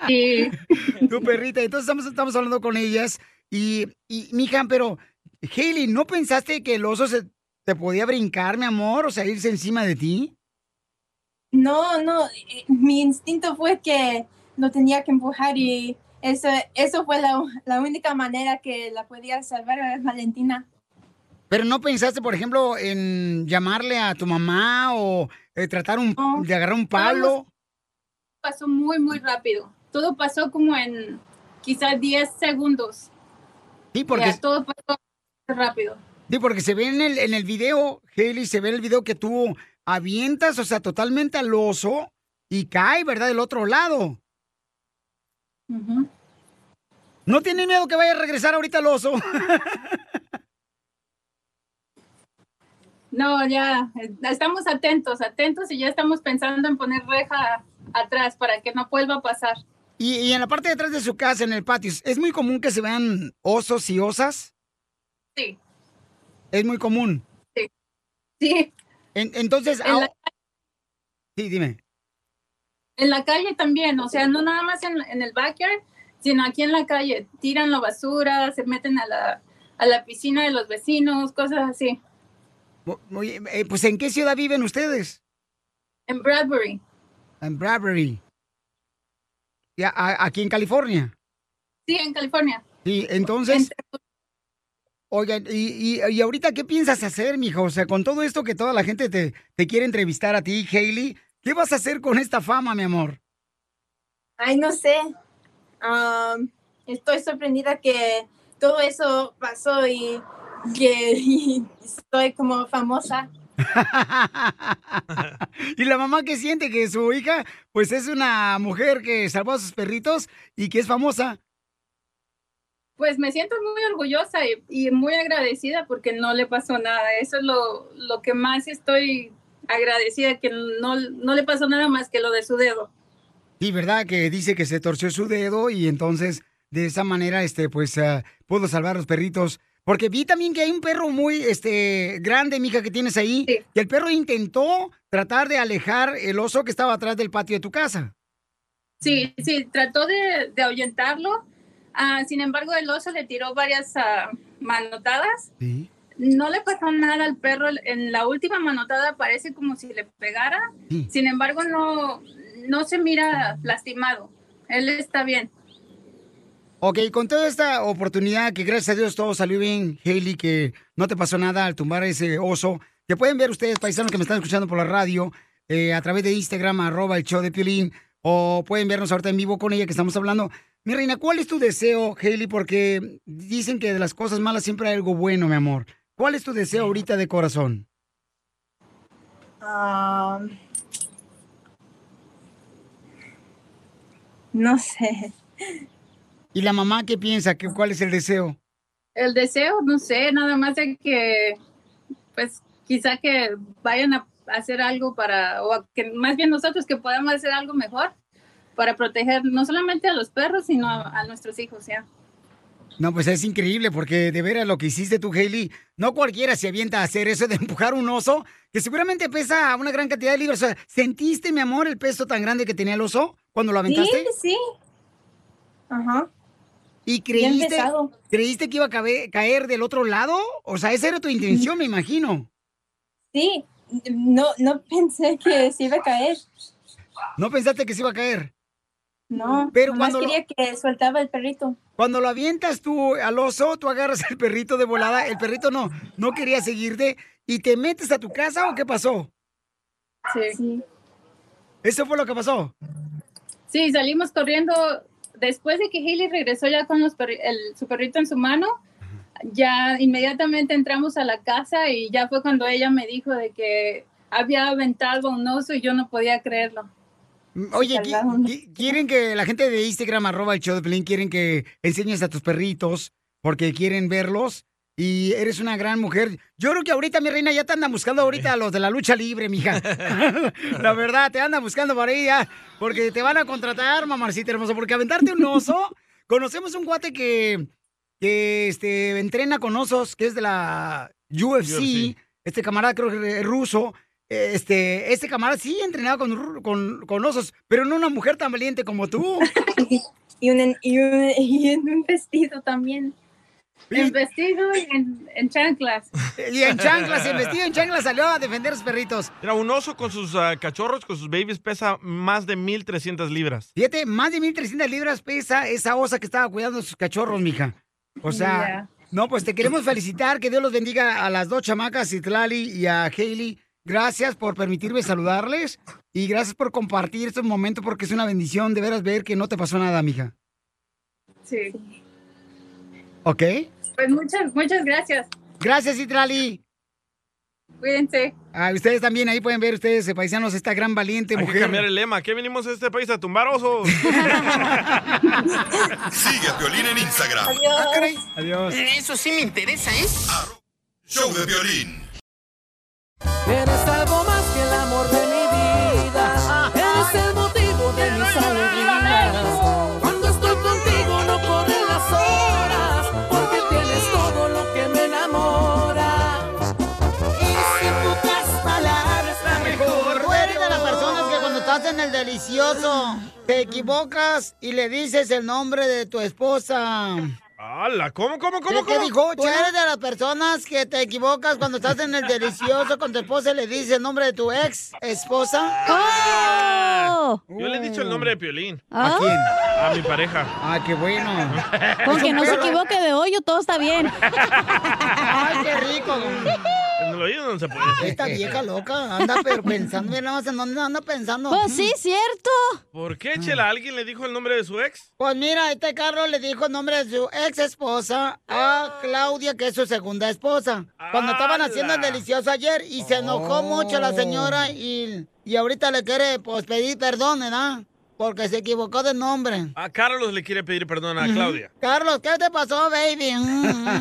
Speaker 16: sí.
Speaker 2: Tu perrita. Entonces estamos, estamos hablando con ellas. Y, y mija, pero, Hailey, ¿no pensaste que el oso se, te podía brincar, mi amor? O sea, irse encima de ti.
Speaker 14: No, no, eh, mi instinto fue que lo tenía que empujar y eso, eso fue la, la única manera que la podía salvar a Valentina.
Speaker 2: Pero no pensaste, por ejemplo, en llamarle a tu mamá o eh, tratar un, de agarrar un palo.
Speaker 16: pasó muy, muy rápido. Todo pasó como en quizás 10 segundos.
Speaker 2: Sí, porque,
Speaker 16: Ya, todo pasó rápido.
Speaker 2: sí, porque se ve en el, en el video, Haley, se ve en el video que tú avientas, o sea, totalmente al oso y cae, ¿verdad? Del otro lado. ¿No tiene miedo que vaya a regresar ahorita el oso?
Speaker 16: No, ya eh, estamos atentos, atentos y ya estamos pensando en poner reja atrás para que no vuelva a pasar.
Speaker 2: y, y en la parte de atrás de su casa, en el patio, ¿es muy común que se vean osos y osas?
Speaker 16: Sí.
Speaker 2: Es muy común.
Speaker 16: Sí.
Speaker 2: En- entonces,
Speaker 16: En la-
Speaker 2: ah, sí, dime.
Speaker 16: En la calle también, o sea, no nada más en, en el backyard, sino aquí en la calle. Tiran la basura, se meten a la, a la piscina de los vecinos, cosas así.
Speaker 2: Oye, eh, pues ¿en qué ciudad viven ustedes?
Speaker 16: En Bradbury.
Speaker 2: En Bradbury. Y a- a- aquí en California.
Speaker 16: Sí, en California.
Speaker 2: Sí, entonces. Oigan, y, y- y ahorita qué piensas hacer, mijo? O sea, con todo esto que toda la gente te, te quiere entrevistar a ti, Hailey, ¿qué vas a hacer con esta fama, mi amor?
Speaker 14: Ay, no sé. Am, estoy sorprendida que todo eso pasó y que estoy como famosa.
Speaker 2: Y la mamá que siente que su hija, pues es una mujer que salvó a sus perritos y que es famosa.
Speaker 16: Pues me siento muy orgullosa y, y muy agradecida porque no le pasó nada. Eso es lo, lo que más estoy agradecida, que no, no le pasó nada más que lo de su dedo.
Speaker 2: Sí, ¿verdad? Que dice que se torció su dedo y entonces de esa manera, este, pues, ah, pudo salvar a los perritos. Porque vi también que hay un perro muy, este, grande, mija, que tienes ahí. Y el perro intentó tratar de alejar el oso que estaba atrás del patio de tu casa.
Speaker 16: Sí, sí, trató de, de ahuyentarlo. Ah, sin embargo, el oso le tiró varias ah, manotadas. No le pasó nada al perro. En la última manotada parece como si le pegara.
Speaker 2: Sí.
Speaker 16: Sin embargo, no, no se mira lastimado. Él está bien.
Speaker 2: Ok, con toda esta oportunidad que gracias a Dios todo salió bien, Haley, que no te pasó nada al tumbar ese oso, que pueden ver ustedes, paisanos que me están escuchando por la radio, eh, a través de Instagram, arroba el show de Piolín, o pueden vernos ahorita en vivo con ella que estamos hablando. Mi reina, ¿cuál es tu deseo, Haley? Porque dicen que de las cosas malas siempre hay algo bueno, mi amor. ¿Cuál es tu deseo ahorita de corazón?
Speaker 13: Ah,
Speaker 14: Am, no sé.
Speaker 2: ¿Y la mamá qué piensa? ¿Qué- ¿Cuál es el deseo?
Speaker 16: El deseo, no sé, nada más de que, pues, quizá que vayan a hacer algo para, o a que más bien nosotros que podamos hacer algo mejor para proteger no solamente a los perros, sino a, a nuestros hijos, ¿ya?
Speaker 2: No, pues es increíble porque de veras lo que hiciste tú, Haley, no cualquiera se avienta a hacer eso de empujar un oso que seguramente pesa una gran cantidad de libras. O sea, ¿sentiste, mi amor, el peso tan grande que tenía el oso cuando lo aventaste?
Speaker 14: Sí, sí. Ajá.
Speaker 2: ¿Y
Speaker 14: Bien
Speaker 2: creíste,
Speaker 14: pesado.
Speaker 2: creíste que iba a cabe- caer del otro lado? O sea, esa era tu intención, me imagino.
Speaker 14: Sí, no, no pensé que se iba a caer.
Speaker 2: ¿No pensaste que se iba a caer?
Speaker 14: No,
Speaker 2: Pero
Speaker 14: nomás
Speaker 2: cuando lo-
Speaker 14: quería que soltaba el perrito.
Speaker 2: Cuando lo avientas tú al oso, tú agarras el perrito de volada, el perrito no, no quería seguirte y te metes a tu casa o qué pasó?
Speaker 16: Sí.
Speaker 2: Eso fue lo que pasó.
Speaker 16: Sí, salimos corriendo. Después de que Haley regresó ya con los perri- el- su perrito en su mano, ya inmediatamente entramos a la casa y ya fue cuando ella me dijo de que había aventado a un oso y yo no podía creerlo.
Speaker 2: Mm, Oye, qui- qui- quieren que la gente de Instagram, arroba el show de Pelín, quieren que enseñes a tus perritos porque quieren verlos y eres una gran mujer. Yo creo que ahorita, mi reina, ya te andan buscando ahorita a los de la lucha libre, mija. la verdad, te andan buscando para ella porque te van a contratar, mamarcita hermosa, porque aventarte un oso. Conocemos un guate que, que este, entrena con osos, que es de la UFC.
Speaker 3: UFC.
Speaker 2: Este camarada creo que es ruso. Eh, Este, este camarada sí entrenaba con, ru- con, con osos, pero no una mujer tan valiente como tú.
Speaker 14: Y un, y un, y en un vestido también.
Speaker 16: En vestido y en, en chanclas.
Speaker 2: Y en chanclas, en vestido en chanclas salió a defender a sus perritos.
Speaker 3: Mira, un oso con sus ah, cachorros, con sus babies, pesa más de 1.300 libras.
Speaker 2: Fíjate, más de 1300 libras pesa esa osa que estaba cuidando a sus cachorros, mija. O sea,
Speaker 3: Ya.
Speaker 2: no, pues te queremos felicitar, que Dios los bendiga a las dos chamacas, Citlali y a Hailey. Gracias por permitirme saludarles y gracias por compartir estos momentos porque es una bendición de veras ver que no te pasó nada, mija.
Speaker 16: Sí.
Speaker 2: ¿Ok?
Speaker 16: Pues muchas, muchas gracias.
Speaker 2: Gracias, Citlali.
Speaker 16: Cuídense.
Speaker 2: Ah, ustedes también ahí pueden ver ustedes, eh, paisanos, esta gran valiente
Speaker 3: Hay que
Speaker 2: mujer.
Speaker 3: cambiar el lema. ¿Qué vinimos a este país a tumbar osos?
Speaker 5: Sigue a Piolín en Instagram.
Speaker 2: Adiós.
Speaker 19: Eso sí me interesa,
Speaker 22: ¿eh?
Speaker 19: ¿es?
Speaker 5: Show de Piolín.
Speaker 11: Eres algo más que el amor de mi vida. Eres el motivo de mis alegrías. Cuando estoy contigo no corren las horas, porque tienes todo lo que me enamora. Y sin pocas palabras la mejor.
Speaker 2: Tú eres de las personas que cuando estás hacen el delicioso. Te equivocas y le dices el nombre de tu esposa.
Speaker 3: ¡Hala! ¿Cómo, cómo,
Speaker 2: ¿Qué,
Speaker 3: cómo,
Speaker 2: qué
Speaker 3: cómo?
Speaker 2: dijo? Tú
Speaker 4: Pues
Speaker 2: eres de las personas que te equivocas cuando estás en el delicioso con tu esposa y le dices el nombre de tu ex esposa.
Speaker 4: ¡Oh!
Speaker 3: Ah, Yo le he dicho el nombre de Piolín.
Speaker 2: ¿A quién?
Speaker 3: A mi pareja.
Speaker 2: Ah, qué bueno.
Speaker 4: Con que no se equivoque de hoyo, todo está bien.
Speaker 2: ¡Ay, qué rico!
Speaker 3: En el oído no se puede.
Speaker 2: Esta vieja loca anda pero pensando, mira nada más en dónde anda pensando. Mm.
Speaker 4: Pues sí, cierto.
Speaker 3: ¿Por qué, Chela? ¿Alguien le dijo el nombre de su ex?
Speaker 2: Pues mira, este Carlos le dijo el nombre de su ex esposa a Claudia, que es su segunda esposa. Cuando estaban haciendo el delicioso ayer y se enojó mucho la señora y, y ahorita le quiere pues pedir perdón, ¿verdad? Porque se equivocó de nombre.
Speaker 3: A Ah, Carlos le quiere pedir perdón a Claudia.
Speaker 2: Carlos, ¿qué te pasó, baby? Mm,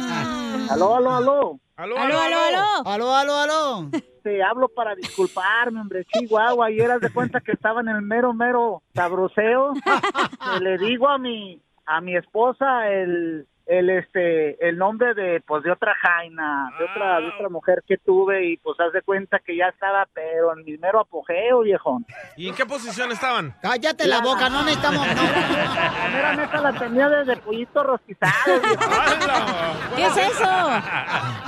Speaker 1: Aló, aló, aló.
Speaker 3: Aló,
Speaker 2: Aló, aló, aló. Aló, aló,
Speaker 1: Te hablo para disculparme, hombre. Chihuahua, ayer haz de cuenta que estaba en el mero, mero sabroseo. Que le digo a mi, a mi esposa el, el, este, el nombre de, pues, de otra jaina, de otra, de
Speaker 3: Ah.
Speaker 1: otra mujer que tuve y, pues, haz de cuenta que ya estaba, pero en mi mero apogeo, viejón.
Speaker 3: ¿Y en qué posición estaban?
Speaker 2: Cállate la boca, no necesitamos... no.
Speaker 1: La mera neta la tenía desde pollito rostizado.
Speaker 4: ¿Qué es eso?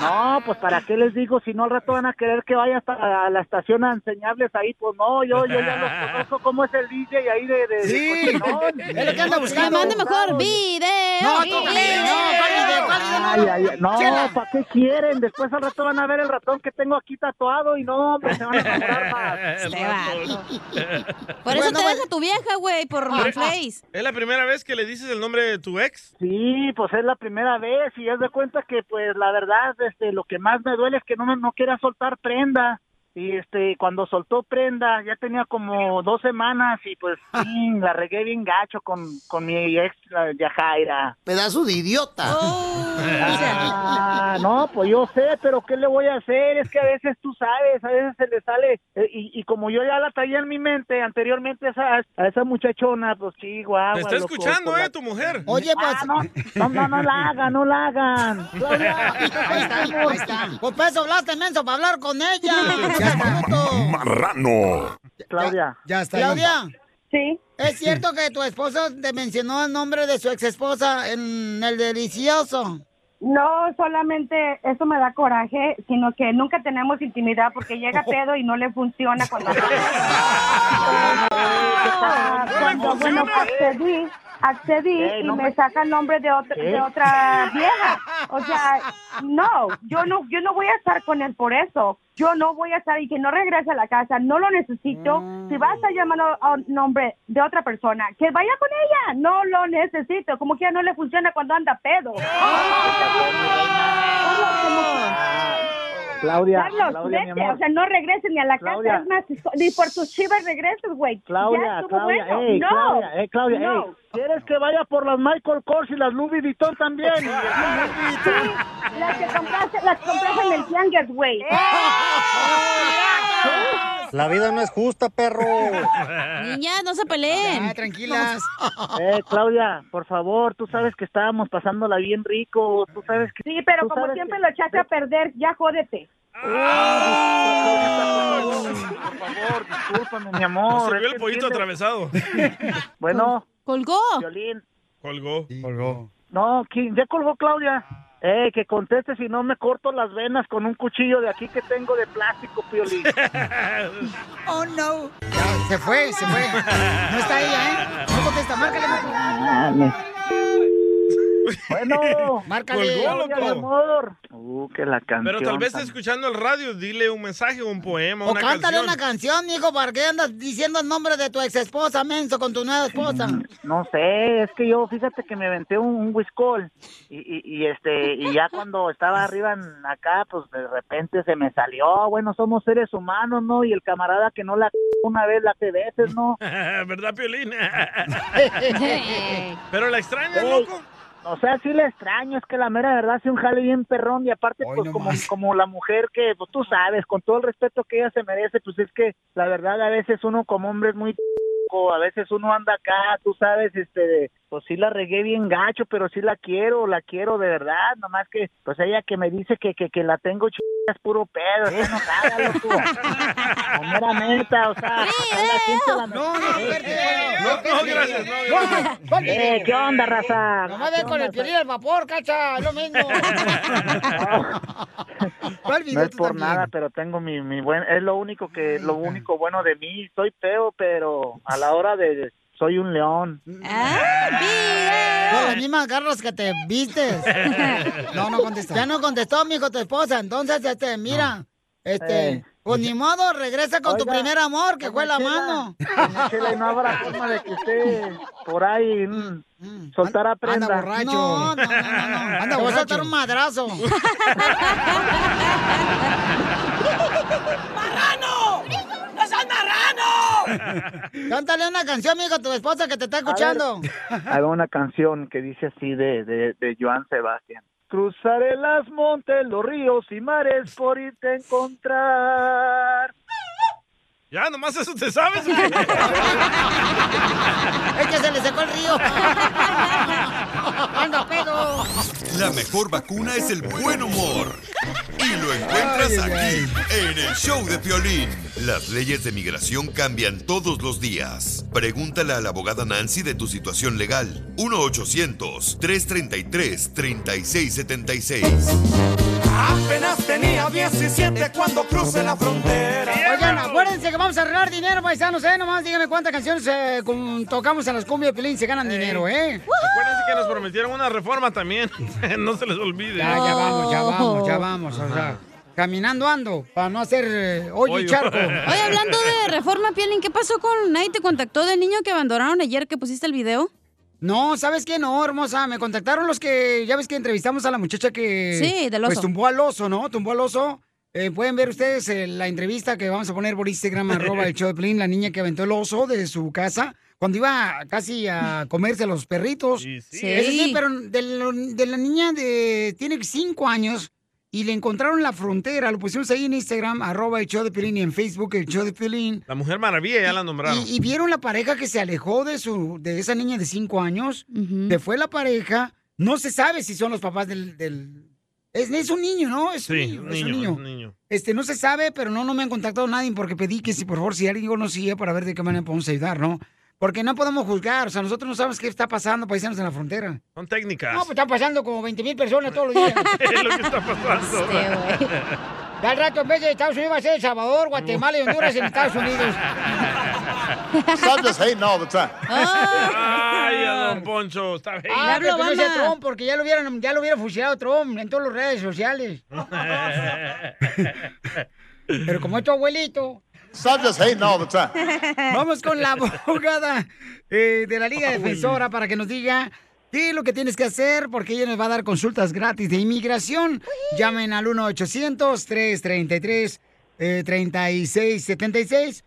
Speaker 1: No, pues para qué les digo si no al rato van a querer que vaya hasta a la estación a enseñarles ahí, pues no, yo, yo ya los conozco cómo es el DJ ahí de... de
Speaker 2: Sí,
Speaker 1: de cochinón.
Speaker 2: es lo que anda buscando.
Speaker 4: mande mejor video.
Speaker 2: No, no, no,
Speaker 1: Ay, ay, ay, no,
Speaker 2: Chela.
Speaker 1: ¿para qué quieren? Después al rato van a ver el ratón que tengo aquí tatuado y no, hombre, se van a enamorar más.
Speaker 3: El
Speaker 1: Se
Speaker 3: ratón.
Speaker 4: Por eso te
Speaker 2: pues
Speaker 4: deja tu vieja, güey, por Manflays.
Speaker 3: ¿Es la primera vez que le dices el nombre de tu ex?
Speaker 1: Sí, pues es la primera vez y es de cuenta que pues la verdad este lo que más me duele es que no me- no quería soltar prenda y este cuando soltó prenda ya tenía como dos semanas y pues sí, la regué bien gacho con, con mi ex la Yajaira.
Speaker 2: Pedazo de idiota.
Speaker 1: Ah, no, pues yo sé, pero ¿qué le voy a hacer? Es que a veces tú sabes, a veces se le sale. eh, Y, y como yo ya la traía en mi mente anteriormente a esa, a esa muchachona, pues sí, guau.
Speaker 3: Te está escuchando, ¿eh? Tu mujer.
Speaker 2: Oye, pues.
Speaker 1: Ah, no, no, no la hagan, no la hagan.
Speaker 2: Ahí está, ahí está. Pues para eso hablaste, menso, para hablar con ella. Ya está, bruto.
Speaker 5: Marrano.
Speaker 1: Claudia.
Speaker 2: Ya está. Claudia.
Speaker 14: Sí.
Speaker 2: ¿Es cierto que tu esposo te mencionó el nombre de su ex esposa en el delicioso?
Speaker 10: No, solamente eso me da coraje, sino que nunca tenemos intimidad porque llega pedo y no le funciona cuando... cuando bueno, accedí, accedí Ey, no y me- me saca el nombre de, otra ¿Qué? de otra vieja. O sea, no, yo no, yo no voy a estar con él por eso. Yo no voy a estar y que no regrese a la casa, no lo necesito. Si va a estar llamando a un nombre de otra persona, que vaya con ella, no lo necesito. Como que ya no le funciona cuando anda pedo.
Speaker 1: Claudia,
Speaker 10: Carlos,
Speaker 1: Claudia, mi
Speaker 10: vete,
Speaker 1: amor.
Speaker 10: o sea, no regreses ni a la
Speaker 1: Claudia.
Speaker 10: casa, es más, ni por tus chivas regreses, güey. Ya
Speaker 1: Claudia,
Speaker 10: estuvo
Speaker 1: Claudia,
Speaker 10: bueno.
Speaker 1: ey,
Speaker 10: no,
Speaker 1: Claudia, eh, Claudia, ey.
Speaker 10: no.
Speaker 1: ¿Quieres que vaya por las Michael Kors y las Louis Vuitton también?
Speaker 10: Las que compraste, las compraste en el Tianguis, güey.
Speaker 9: La vida no es justa, perro.
Speaker 4: Niñas, no se peleen.
Speaker 2: Ah, tranquilas.
Speaker 1: Eh, Claudia, por favor, tú sabes que estábamos pasándola bien rico, tú sabes que...
Speaker 10: Sí, pero como siempre lo echaste a perder, ya jódete.
Speaker 1: Ah, Por favor, discúlpame, mi amor.
Speaker 3: Se vio
Speaker 1: es
Speaker 3: el
Speaker 1: que
Speaker 3: pollito
Speaker 1: entiendes-
Speaker 3: atravesado.
Speaker 1: Bueno.
Speaker 4: ¿Colgó?
Speaker 1: Violín.
Speaker 3: Colgó.
Speaker 1: Colgó. No, ¿quién? ¿Ya colgó Claudia?
Speaker 2: Ah.
Speaker 1: Eh, que conteste, si no me corto las venas con un cuchillo de aquí que tengo de plástico, Piolín.
Speaker 2: Oh, no. Se fue, se fue. No está ella, ¿eh? No contesta, márcale. márcale.
Speaker 1: Bueno,
Speaker 2: Márcale.
Speaker 3: Colgó, loco.
Speaker 1: Mi amor. Uh, que la canción.
Speaker 3: Pero tal vez está escuchando el radio, dile un mensaje, un poema,
Speaker 2: O
Speaker 3: una
Speaker 2: cántale
Speaker 3: canción.
Speaker 2: una canción, hijo, ¿para qué andas diciendo el nombre de tu ex esposa, menso, con tu nueva esposa?
Speaker 1: No sé, es que yo, fíjate que me venté un, un whiskol y, y, y, este y ya cuando estaba arriba en acá, pues de repente se me salió. "Ah, Bueno, somos seres humanos, ¿no? Y el camarada que no la c- una vez, la hace veces, ¿no?
Speaker 3: ¿Verdad, Piolín? Pero la extraña,
Speaker 1: Ey,
Speaker 3: loco.
Speaker 1: O sea, sí le extraño, es que la mera verdad hace un jale bien perrón y aparte pues como, como la mujer que pues, tú sabes, con todo el respeto que ella se merece, pues es que la verdad a veces uno como hombre es muy p***, a veces uno anda acá, tú sabes, este de, pues sí la regué bien gacho, pero sí la quiero, la quiero de verdad, nomás que, pues ella que me dice que, que, que la tengo ch... es puro pedo, está enojada, loco. La mera neta, o sea, la gente la
Speaker 11: No, no,
Speaker 1: no, gracias, no, Eh, ¿qué onda, raza?
Speaker 2: Nomás ve con el piolín al vapor, cacha, es lo mismo.
Speaker 1: No es por nada, pero tengo mi, mi buen, es lo único que, lo único bueno de mí, soy feo, pero a la hora de, soy un león.
Speaker 2: Con las mismas garras que te vistes. No, no contestó. Ya no contestó, mijo, tu esposa. Entonces, este, mira, este,
Speaker 1: Eh.
Speaker 2: pues ni modo, regresa con tu
Speaker 1: Oiga,
Speaker 2: primer amor, que fue la
Speaker 1: Chela,
Speaker 2: mano.
Speaker 1: doña Chela, y no habrá forma de que usted por ahí mm, soltara prenda.
Speaker 2: No, no, no, no, no. Anda, voy a soltar un madrazo.
Speaker 11: ¡Marrano! ¡No seas marrano!
Speaker 2: Cántale una canción, mijo, a tu esposa que te está escuchando.
Speaker 1: Haga una canción que dice así de, de, de Joan Sebastián. Cruzaré las montes, los ríos y mares por irte a encontrar.
Speaker 3: Ya, nomás eso te sabes.
Speaker 2: Es que se le secó el río. Anda, pedo.
Speaker 5: La mejor vacuna es el buen humor. Y lo encuentras aquí, en el show de Piolín. Las leyes de migración cambian todos los días. Pregúntale a la abogada Nancy de tu situación legal. 1-800-333-3676.
Speaker 11: Apenas tenía 17 cuando crucé la frontera.
Speaker 2: Oigan, acuérdense que vamos a arreglar dinero, paisanos, ¿eh? Nomás díganme cuántas canciones eh, con- tocamos en las cumbias de Pelín se ganan dinero, ¿eh?
Speaker 3: Acuérdense que nos prometieron una reforma también. no se les olvide.
Speaker 2: Ya, ya vamos, ya vamos, ya vamos. O sea, caminando ando, para no hacer eh, hoyo y
Speaker 3: Hoyo.
Speaker 2: charco.
Speaker 4: Oye, hablando de reforma, Piolín, ¿qué pasó con Nadie te contactó del niño que abandonaron ayer que pusiste el video?
Speaker 2: No, ¿sabes qué? No, hermosa. Me contactaron los que, ya ves que entrevistamos a la muchacha que...
Speaker 4: Sí, del
Speaker 2: Pues
Speaker 4: oso.
Speaker 2: tumbó al oso, ¿no? Tumbó al oso. Eh, pueden ver ustedes eh, la entrevista que vamos a poner por Instagram, arroba el show de Pelín, la niña que aventó el oso de su casa. Cuando iba casi a comerse a los perritos.
Speaker 11: Sí.
Speaker 2: Eso sí, pero de, lo- de la niña de tiene cinco años y le encontraron la frontera. Lo pusimos ahí en Instagram, arroba el show de Pelín y en Facebook el show de Pelín.
Speaker 3: La Mujer Maravilla ya la nombraron.
Speaker 2: Y, y vieron la pareja que se alejó de su de esa niña de cinco años. Se fue la pareja. No se sabe si son los papás del... del- es, es un niño, ¿no? Es un niño. es un niño. Este, no se sabe, pero no, no me han contactado nadie porque pedí que si por favor si alguien conocía para ver de qué manera podemos ayudar, ¿no? Porque no podemos juzgar, o sea, nosotros no sabemos qué está pasando paisanos en la frontera.
Speaker 3: Son técnicas.
Speaker 2: No, pues están pasando como 20 mil personas todos los días.
Speaker 3: es lo que está pasando.
Speaker 2: Ya al rato en vez de Estados Unidos va a ser El Salvador, Guatemala y Honduras en Estados Unidos.
Speaker 25: Stop just hating all the time.
Speaker 3: Ay, a don Poncho, está bien.
Speaker 2: Ah, pero que no sea Trump, porque ya lo hubieran, ya lo hubiera fusilado Trump en todas las redes sociales. Pero como es tu abuelito.
Speaker 25: Stop just hating all the time.
Speaker 2: Vamos con la abogada eh, de la Liga Defensora para que nos diga qué es lo que tienes que hacer, porque ella nos va a dar consultas gratis de inmigración. Llamen al eh, 1-800-333-3676.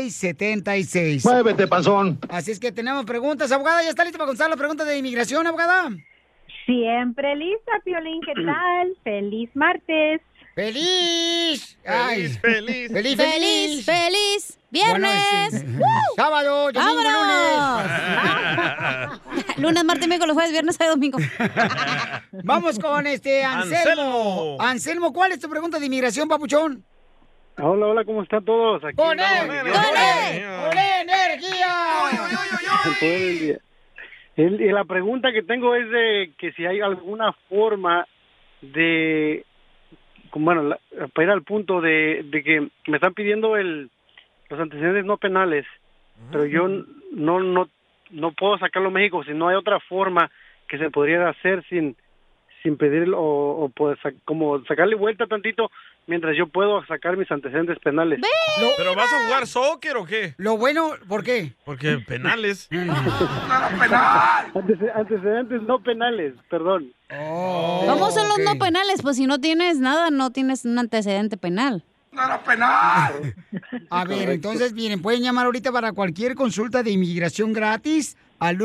Speaker 2: 1-800-333-3676.
Speaker 21: Muévete, panzón.
Speaker 2: Así es que tenemos preguntas, abogada. ¿Ya está lista para contestar la pregunta de inmigración, abogada?
Speaker 21: Siempre lista, Piolín. ¿Qué tal? Feliz martes.
Speaker 2: ¡Feliz! ¡Ay!
Speaker 3: ¡Feliz!
Speaker 2: ¡Feliz,
Speaker 4: feliz! ¡Feliz! ¡Viernes!
Speaker 2: ¡Sábado,
Speaker 11: domingo,
Speaker 4: lunes! lunes, martes, miércoles, jueves, viernes, sábado, domingo.
Speaker 2: Vamos con este Anselmo. Anselmo. ¿cuál es tu pregunta de inmigración, papuchón?
Speaker 26: Hola, hola, ¿cómo están todos? Aquí
Speaker 2: ¡Con
Speaker 26: estamos,
Speaker 2: él!
Speaker 26: ya.
Speaker 2: ¡Con
Speaker 11: E!
Speaker 2: él! ¡Con energía!
Speaker 26: Todo el día. El- y la pregunta que tengo es de que si hay alguna forma de, bueno, la- para ir al punto de, de que me están pidiendo el los antecedentes no penales, pero yo n- no no no puedo sacarlo a México si no hay otra forma que se podría hacer sin sin pedirlo o, o pues, sa- como sacarle vuelta tantito mientras yo puedo sacar mis antecedentes penales.
Speaker 3: ¿Pero vas a jugar soccer o qué?
Speaker 2: Lo bueno, ¿por qué?
Speaker 3: Porque penales.
Speaker 26: Antece- antecedentes no penales, perdón.
Speaker 2: Oh,
Speaker 4: ¿Cómo son los no penales? Pues si no tienes nada, no tienes un antecedente penal.
Speaker 2: A ver, entonces, miren, pueden llamar ahorita para cualquier consulta de inmigración gratis al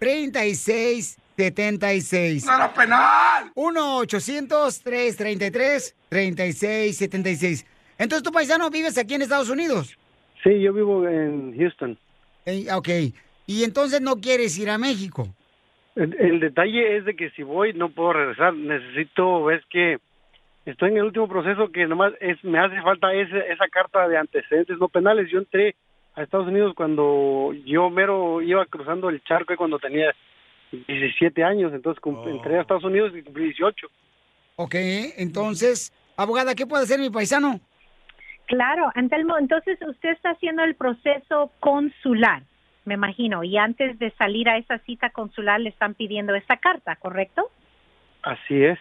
Speaker 2: 1-800-333-3676. ¡Nada penal! 1-800-333-3676.
Speaker 15: Entonces, ¿tú paisano vives aquí en Estados Unidos?
Speaker 26: Sí, yo vivo en Houston.
Speaker 15: Eh, ok. Y entonces no quieres ir a México.
Speaker 26: El, el detalle es de que si voy no puedo regresar. Necesito, es que estoy en el último proceso que nomás es, me hace falta ese- esa carta de antecedentes no penales. Yo entré a Estados Unidos cuando yo mero iba cruzando el charco y cuando tenía 17 años. Entonces cum- entré a Estados Unidos y cumplí 18.
Speaker 15: Ok, entonces, abogada, ¿qué puede hacer mi paisano?
Speaker 23: Claro, Antelmo, entonces usted está haciendo el proceso consular, me imagino, y antes de salir a esa cita consular le están pidiendo esta carta, ¿correcto?
Speaker 26: Así es.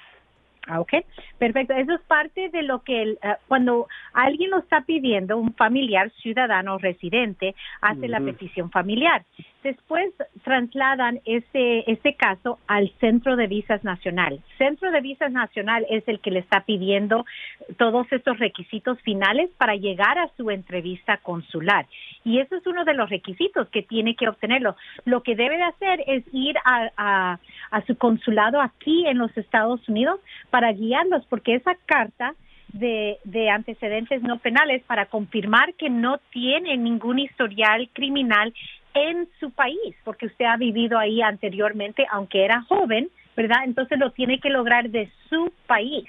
Speaker 23: Ah, ok, perfecto. Eso es parte de lo que el, eh, cuando alguien lo está pidiendo, un familiar, ciudadano o residente, hace la
Speaker 7: Ujú.
Speaker 23: petición familiar. Después trasladan ese, ese caso al Centro de Visas Nacional. Centro de Visas Nacional es el que le está pidiendo todos estos requisitos finales para llegar a su entrevista consular. Y eso es uno de los requisitos que tiene que obtenerlo. Lo que debe de hacer es ir a, a- a su consulado aquí en los Estados Unidos para guiarlos, porque esa carta de, de antecedentes no penales para confirmar que no tiene ningún historial criminal en su país, porque usted ha vivido ahí anteriormente, aunque era joven, ¿verdad? Entonces lo tiene que lograr de su país.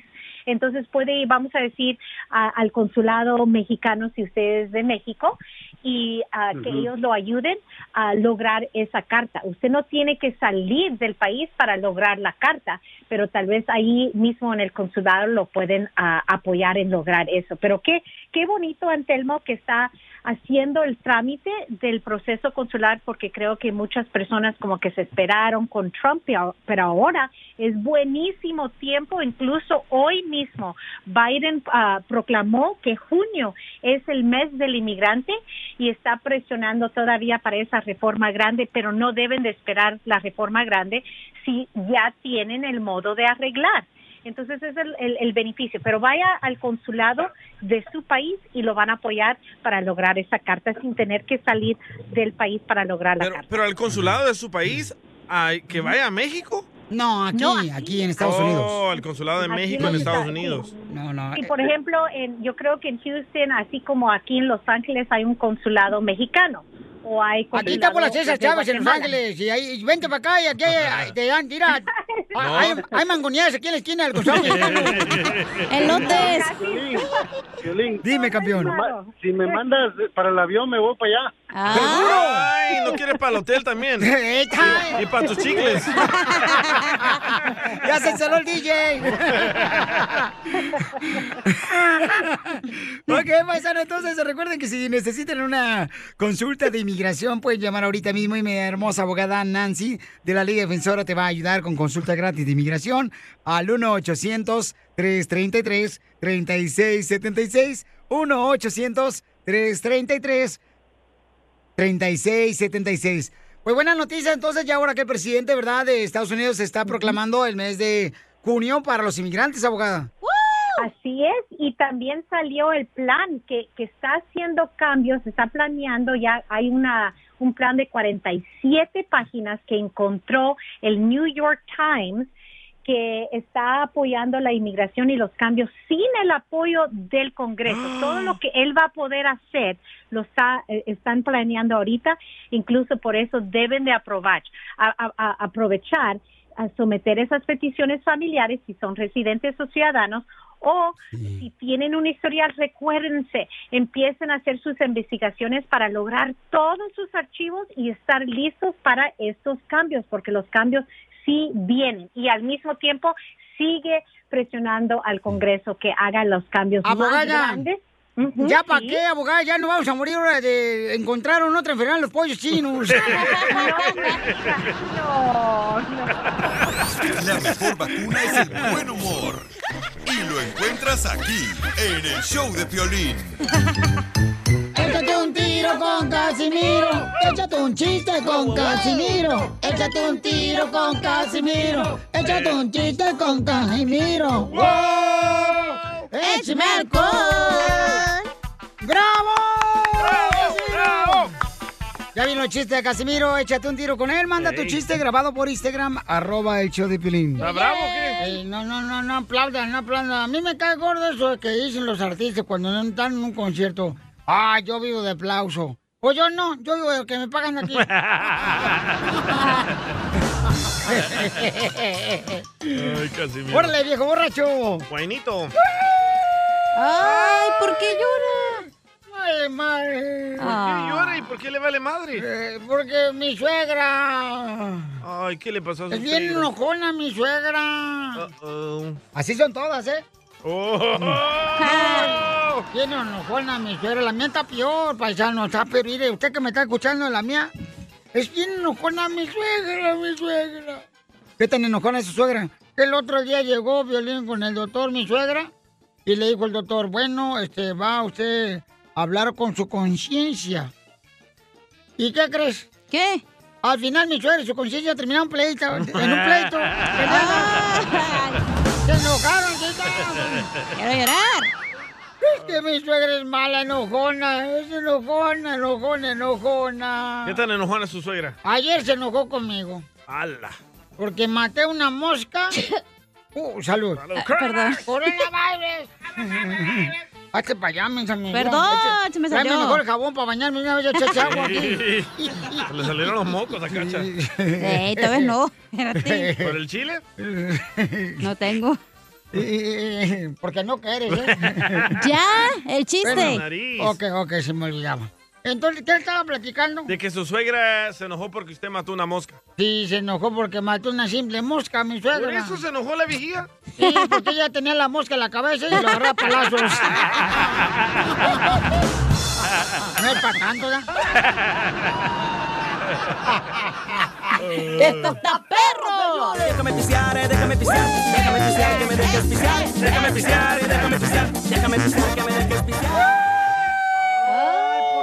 Speaker 23: Entonces puede ir, vamos a decir, a- al consulado mexicano si usted es de México y ah, que
Speaker 27: Ujú.
Speaker 23: ellos lo ayuden a lograr esa carta. Usted no tiene que salir del país para lograr la carta, pero tal vez ahí mismo en el consulado lo pueden ah, apoyar en lograr eso. Pero qué, qué bonito, Antelmo, que está haciendo el trámite del proceso consular porque creo que muchas personas como que se esperaron con Trump, y a- pero ahora es buenísimo tiempo, incluso hoy mismo Biden ah, proclamó que junio es el mes del inmigrante y está presionando todavía para esa reforma grande, pero no deben de esperar la reforma grande si ya tienen el modo de arreglar. Entonces ese es el, el- el beneficio, pero vaya al consulado de su país y lo van a apoyar para lograr esa carta sin tener que salir del país para lograr la carta.
Speaker 3: Pero al consulado de su país, ay, que vaya a México.
Speaker 15: No, aquí, aquí, en Estados
Speaker 3: oh,
Speaker 15: Unidos.
Speaker 3: al consulado de
Speaker 23: Aquí
Speaker 3: México
Speaker 23: no
Speaker 3: en
Speaker 23: está,
Speaker 3: Estados
Speaker 23: sí.
Speaker 3: Unidos.
Speaker 15: No, no.
Speaker 23: Y por ejemplo, en, yo creo que en Houston, así como aquí en Los Ángeles, hay un consulado mexicano. O hay
Speaker 15: Aquí está por las César
Speaker 23: consulado de
Speaker 15: Chávez en Los
Speaker 23: Guatemala.
Speaker 15: Ángeles. Y ahí, vente para acá y aquí hay- te dan, mira. Hay, hay mangoneadas aquí en la esquina del consulado mexicano.
Speaker 23: Elotes.
Speaker 26: Piolín,
Speaker 15: Dime, campeón.
Speaker 26: Si me mandas para el avión, me voy para allá.
Speaker 3: Ah. Ay, no quieres para el hotel también. y, y para tus chicles.
Speaker 15: Ya se cerró el DJ. ok, paisano, entonces recuerden que si necesitan una consulta de inmigración, pueden llamar ahorita mismo y mi hermosa abogada Nancy de la Liga Defensora te va a ayudar con consulta gratis de inmigración al 1-800-333-3676. 1-800-333-3676. 3676. Pues buena noticia, entonces ya ahora que el presidente, ¿verdad?, de Estados Unidos está proclamando el mes de junio para los inmigrantes, abogada.
Speaker 23: Así es, y también salió el plan que, que está haciendo cambios, está planeando, ya hay una un plan de 47 páginas que encontró el New York Times que está apoyando la inmigración y los cambios sin el apoyo del Congreso. Todo lo que él va a poder hacer lo está, eh, están planeando ahorita, incluso por eso deben de aprobar, a- a- a- aprovechar a someter esas peticiones familiares si son residentes o ciudadanos o si tienen un historial, recuérdense, empiecen a hacer sus investigaciones para lograr todos sus archivos y estar listos para estos cambios, porque los cambios sí vienen y al mismo tiempo sigue presionando al Congreso que haga los cambios más
Speaker 15: Abogada.
Speaker 23: grandes. Ujú,
Speaker 15: ¿Ya para
Speaker 23: sí.
Speaker 15: qué, abogada? Ya no vamos a morir ahora de encontraron otra enfermedad en los pollos chinos.
Speaker 23: No, no.
Speaker 5: La mejor vacuna es el buen humor. Y lo encuentras aquí, en el show de Piolín.
Speaker 2: Échate un tiro con Casimiro. Échate un chiste con Casimiro. Échate un tiro con Casimiro. Échate un chiste con Casimiro. ¡Wow! ¡Échame alcohol!
Speaker 15: ¡Bravo!
Speaker 2: ¡Bravo!
Speaker 15: ¡Bravo!
Speaker 2: Ya vino el chiste de Casimiro, échate un tiro con él, manda tu chiste grabado por Instagram, arroba el show de Pilín.
Speaker 3: Ah,
Speaker 15: ¿Está bravo o qué?
Speaker 2: Ey, no, no, no, no aplaudan, no aplaudan. A mí me cae gordo eso que dicen los artistas cuando no están en un concierto. Ah, yo vivo de aplauso. O yo no, yo vivo de lo que me pagan aquí.
Speaker 3: Ay, casi mira.
Speaker 2: ¡Órale, viejo borracho!
Speaker 3: Pues, Guainito.
Speaker 4: Ay, ¿por qué llora? Ah.
Speaker 2: Ay, madre.
Speaker 3: ¿Por qué llora y por qué le vale madre?
Speaker 2: Eh, porque mi suegra.
Speaker 3: Ay, ¿qué le pasó a su
Speaker 2: Es bien
Speaker 3: suegra?
Speaker 2: enojona mi suegra.
Speaker 3: Uh-oh.
Speaker 2: Así son todas, ¿eh?
Speaker 3: Oh.
Speaker 2: Bien enojona mi suegra. La mía está peor, paisano. Está peor. Mire, usted que me está escuchando, la mía. Es bien enojona mi suegra, mi suegra. ¿Qué tan enojona es su suegra? Que el otro día llegó violín con el doctor, mi suegra, y le dijo el doctor, bueno, este, va usted a hablar con su conciencia. ¿Y qué crees?
Speaker 4: ¿Qué?
Speaker 2: Al final mi suegra y su conciencia terminaron pleito, en un pleito. Se enojaron,
Speaker 4: Quiero llorar.
Speaker 2: Es que mi suegra es mala, enojona, es enojona, enojona, enojona.
Speaker 3: ¿Qué tan enojona es su suegra?
Speaker 2: Ayer se enojó conmigo
Speaker 3: ¡Hala!
Speaker 2: porque maté una mosca. Uh, salud.
Speaker 4: Ah, perdón.
Speaker 2: Coronavirus.
Speaker 4: Ah.
Speaker 2: Hazte para allá, mensa, mi
Speaker 4: Perdón,
Speaker 2: guau.
Speaker 4: se me
Speaker 2: Dame
Speaker 4: salió.
Speaker 2: mejor el jabón para bañarme una vez yo eché agua aquí.
Speaker 3: Se le salieron los mocos a Cacha.
Speaker 4: Ey, todavía no. Espérate.
Speaker 3: ¿Por el chile?
Speaker 4: No tengo.
Speaker 2: Porque no quieres, ¿eh?
Speaker 4: Ya, el
Speaker 2: Bueno,
Speaker 4: chiste.
Speaker 2: ok, ok, se me olvidaba. Entonces, ¿qué estaba platicando?
Speaker 3: De que su suegra se enojó porque usted mató una mosca.
Speaker 2: Sí, se enojó porque mató una simple mosca, mi suegra.
Speaker 3: ¿Por eso se enojó la vigía?
Speaker 2: Sí, porque ella tenía la mosca en la cabeza y lo agarró a palazos. No es para tanto, ¿ya?
Speaker 4: ¡Esto está perro!
Speaker 11: Déjame pisear, eh, déjame pisear, déjame pisear, que me dejes pisear, déjame pisear, eh, déjame pisear, déjame pisear, que me dejes pisear.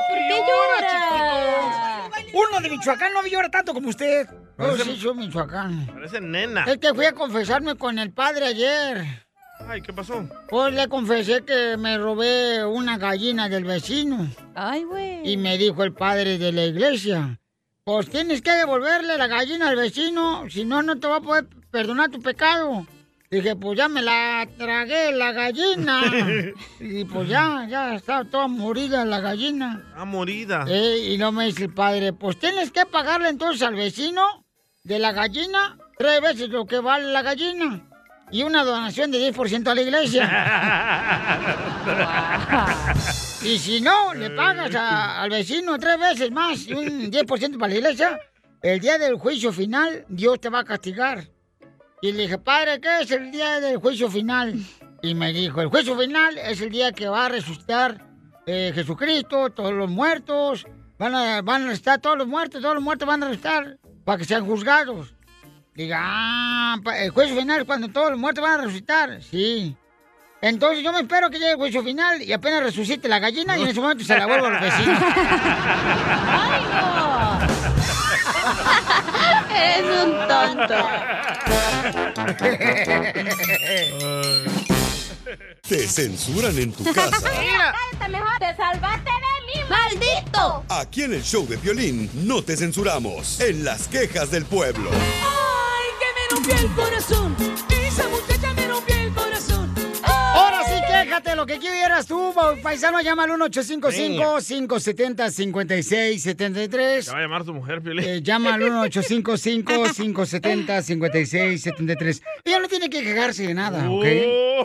Speaker 2: ¿Por qué llora, chiquito? Uno de Michoacán no llora tanto como usted. Yo sí soy Michoacán.
Speaker 3: Parece nena.
Speaker 2: Es que fui a confesarme con el padre ayer.
Speaker 3: Ay, ¿qué pasó?
Speaker 2: Pues le confesé que me robé una gallina del vecino.
Speaker 4: Ay, güey.
Speaker 2: Y me dijo el padre de la iglesia, pues tienes que devolverle la gallina al vecino, si no, no te va a poder perdonar tu pecado. Dije, pues ya me la tragué la gallina. y pues ya, ya está toda morida la gallina.
Speaker 3: Ah, morida.
Speaker 2: Eh, y no me dice el padre, pues tienes que pagarle entonces al vecino de la gallina tres veces lo que vale la gallina. Y una donación de 10% a la iglesia. Y si no, le pagas a- al vecino tres veces más y un 10% para la iglesia, el día del juicio final Dios te va a castigar. Y le dije, padre, ¿qué es el día del juicio final? Y me dijo, el juicio final es el día que va a resucitar eh, Jesucristo, todos los muertos, van a, van a resucitar todos los muertos, todos los muertos van a resucitar para que sean juzgados. Diga, ah, pa- el juicio final es cuando todos los muertos van a resucitar. Sí. Entonces yo me espero que llegue el juicio final y apenas resucite la gallina y en ese momento se la vuelvo a los vecinos.
Speaker 4: Eres un tonto.
Speaker 5: Te censuran en tu casa.
Speaker 4: Cállate mejor. Te salvaste de mí, maldito.
Speaker 5: Aquí en el show de violín no te censuramos. En las quejas del pueblo.
Speaker 11: Ay, que me rompió el corazón, esa muchacha me rompió el corazón.
Speaker 2: Ahora sí, quéjate lo que quieras tú, paisano. Llama al 1-855-570-5673.
Speaker 3: Te va a llamar tu mujer, Piolín.
Speaker 2: Eh, llama al 1-855-570-5673. Ella no tiene que quejarse de nada, ¿ok?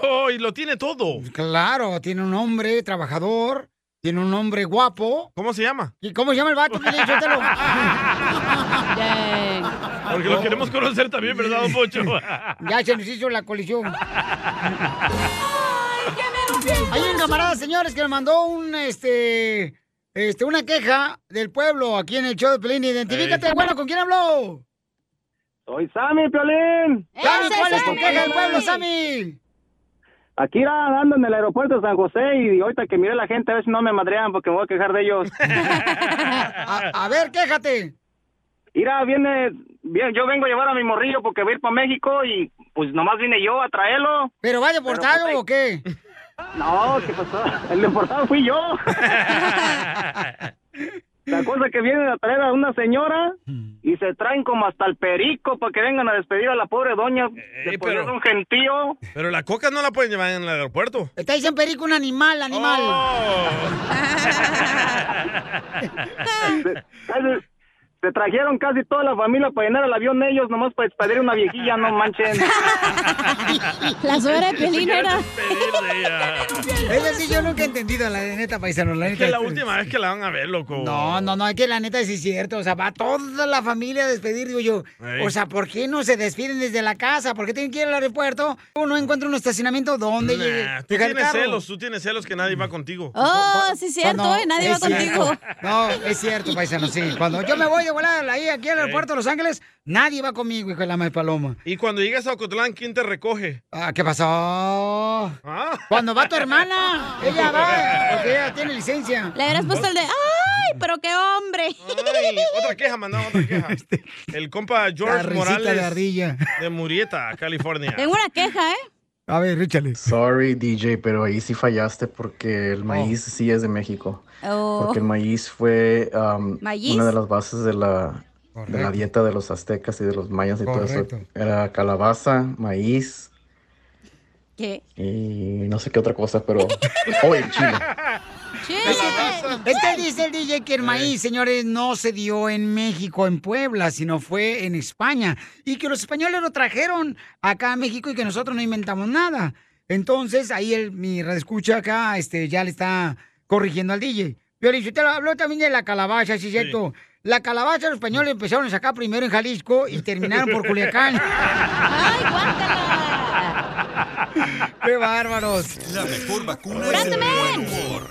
Speaker 3: Oh, y lo tiene todo.
Speaker 2: Claro, tiene un hombre trabajador, tiene un hombre guapo.
Speaker 3: ¿Cómo se llama?
Speaker 2: ¿Y cómo se llama el vato? Piolín? Suéltalo.
Speaker 3: Porque lo queremos conocer también, ¿verdad, don Pocho?
Speaker 2: Ya se nos hizo la colisión. Hay un camarada, señores, que me mandó un, este, este, una queja del pueblo aquí en el show de Pelín. Identifícate,
Speaker 4: Eh.
Speaker 7: Ey.
Speaker 2: bueno, ¿con quién habló?
Speaker 7: Soy Sammy, Piolín.
Speaker 2: Sammy, ¿cuál es tu
Speaker 7: Sammy!
Speaker 2: queja del pueblo, Sammy?
Speaker 7: Aquí era ando en el aeropuerto de San José y ahorita que mire la gente a ver si no me madrean porque me voy a quejar de ellos.
Speaker 2: A, a ver, quéjate.
Speaker 7: Mira, viene, bien, yo vengo a llevar a mi morrillo porque voy a ir para México y pues nomás vine yo a traerlo.
Speaker 2: ¿Pero va deportado
Speaker 1: pues,
Speaker 2: o qué?
Speaker 7: No, ¿qué pasó? El deportado fui yo.
Speaker 1: La cosa es que vienen a traer a una señora y se traen como hasta el perico para que vengan a despedir a la pobre doña. Después
Speaker 3: pero-
Speaker 1: es un gentío.
Speaker 3: Pero la coca no la pueden llevar en el aeropuerto.
Speaker 2: Está diciendo perico un animal, animal.
Speaker 1: Casi- Se trajeron casi toda la familia para llenar el avión ellos, nomás para despedir a una viejilla, no manchen.
Speaker 4: La suegra de Pelín era.
Speaker 2: Esa sí yo nunca he entendido, la neta, paisano. La
Speaker 3: Es
Speaker 2: neta,
Speaker 3: que la última vez que la van a ver, loco.
Speaker 2: No, no, no, es que la neta sí es cierto. O sea, va toda la familia a despedir, digo yo.
Speaker 3: Ey.
Speaker 2: O sea, ¿por qué no se despiden desde la casa? ¿Por qué tienen que ir al aeropuerto? ¿O no encuentra un estacionamiento donde
Speaker 3: Nah,
Speaker 2: llegue?
Speaker 3: tú
Speaker 2: dejar el
Speaker 3: tienes
Speaker 2: carro?
Speaker 3: celos, tú tienes celos que nadie va contigo.
Speaker 2: Oh,
Speaker 4: sí es cierto, eh, nadie va contigo.
Speaker 2: No, es cierto, paisano, sí. Cuando yo me voy de volar ahí, aquí al aeropuerto de Los Ángeles, nadie va conmigo, hijo de la madre paloma.
Speaker 3: Y cuando llegas a Ocotlán, ¿quién te recoge? Ah.
Speaker 2: Ah, ¿qué pasó? Cuando va tu hermana, ella va, porque ella tiene licencia.
Speaker 4: Le habrás puesto el de, ¡ay, pero qué hombre!
Speaker 3: otra queja, mandaba otra queja. El compa
Speaker 2: La
Speaker 3: George
Speaker 2: risita
Speaker 3: Morales
Speaker 2: de ardilla.
Speaker 3: de Murieta, California.
Speaker 4: Tengo una queja, ¿eh?
Speaker 2: A ver, échale.
Speaker 28: Sorry, DJ, pero ahí sí fallaste porque el maíz sí es de México.
Speaker 4: Oh.
Speaker 28: Porque el maíz fue um,
Speaker 4: ¿Maíz?
Speaker 28: una de las bases de la, de la
Speaker 4: Correcto.
Speaker 28: dieta de los aztecas y de los mayas y todo
Speaker 4: Correcto.
Speaker 28: eso. Era calabaza, maíz
Speaker 4: ¿Qué?
Speaker 28: y no sé qué otra cosa, pero... ¡Oh, y el chile!
Speaker 2: Es que Este dice el DJ que el maíz, señores, no se dio en México, en Puebla, sino fue en España. Y que los españoles lo trajeron acá a México y que nosotros no inventamos nada. Entonces, ahí el, mi redescucha acá este, ya le está corrigiendo al DJ. Pero y usted habló también de la calabaza, sí, es cierto. La calabaza los españoles empezaron a sacar primero en Jalisco y terminaron por Culiacán. ¡Qué bárbaros!
Speaker 5: La mejor vacuna es el buen humor.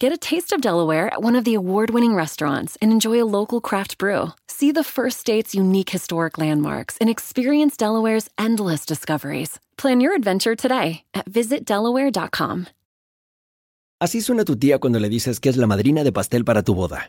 Speaker 25: Get a taste of Delaware at one of the award winning restaurants and enjoy a local craft brew. See the first state's unique historic landmarks and experience Delaware's endless discoveries. Plan your adventure today at visitdelaware.com.
Speaker 17: Así suena tu tía cuando le dices que es la madrina de pastel para tu boda.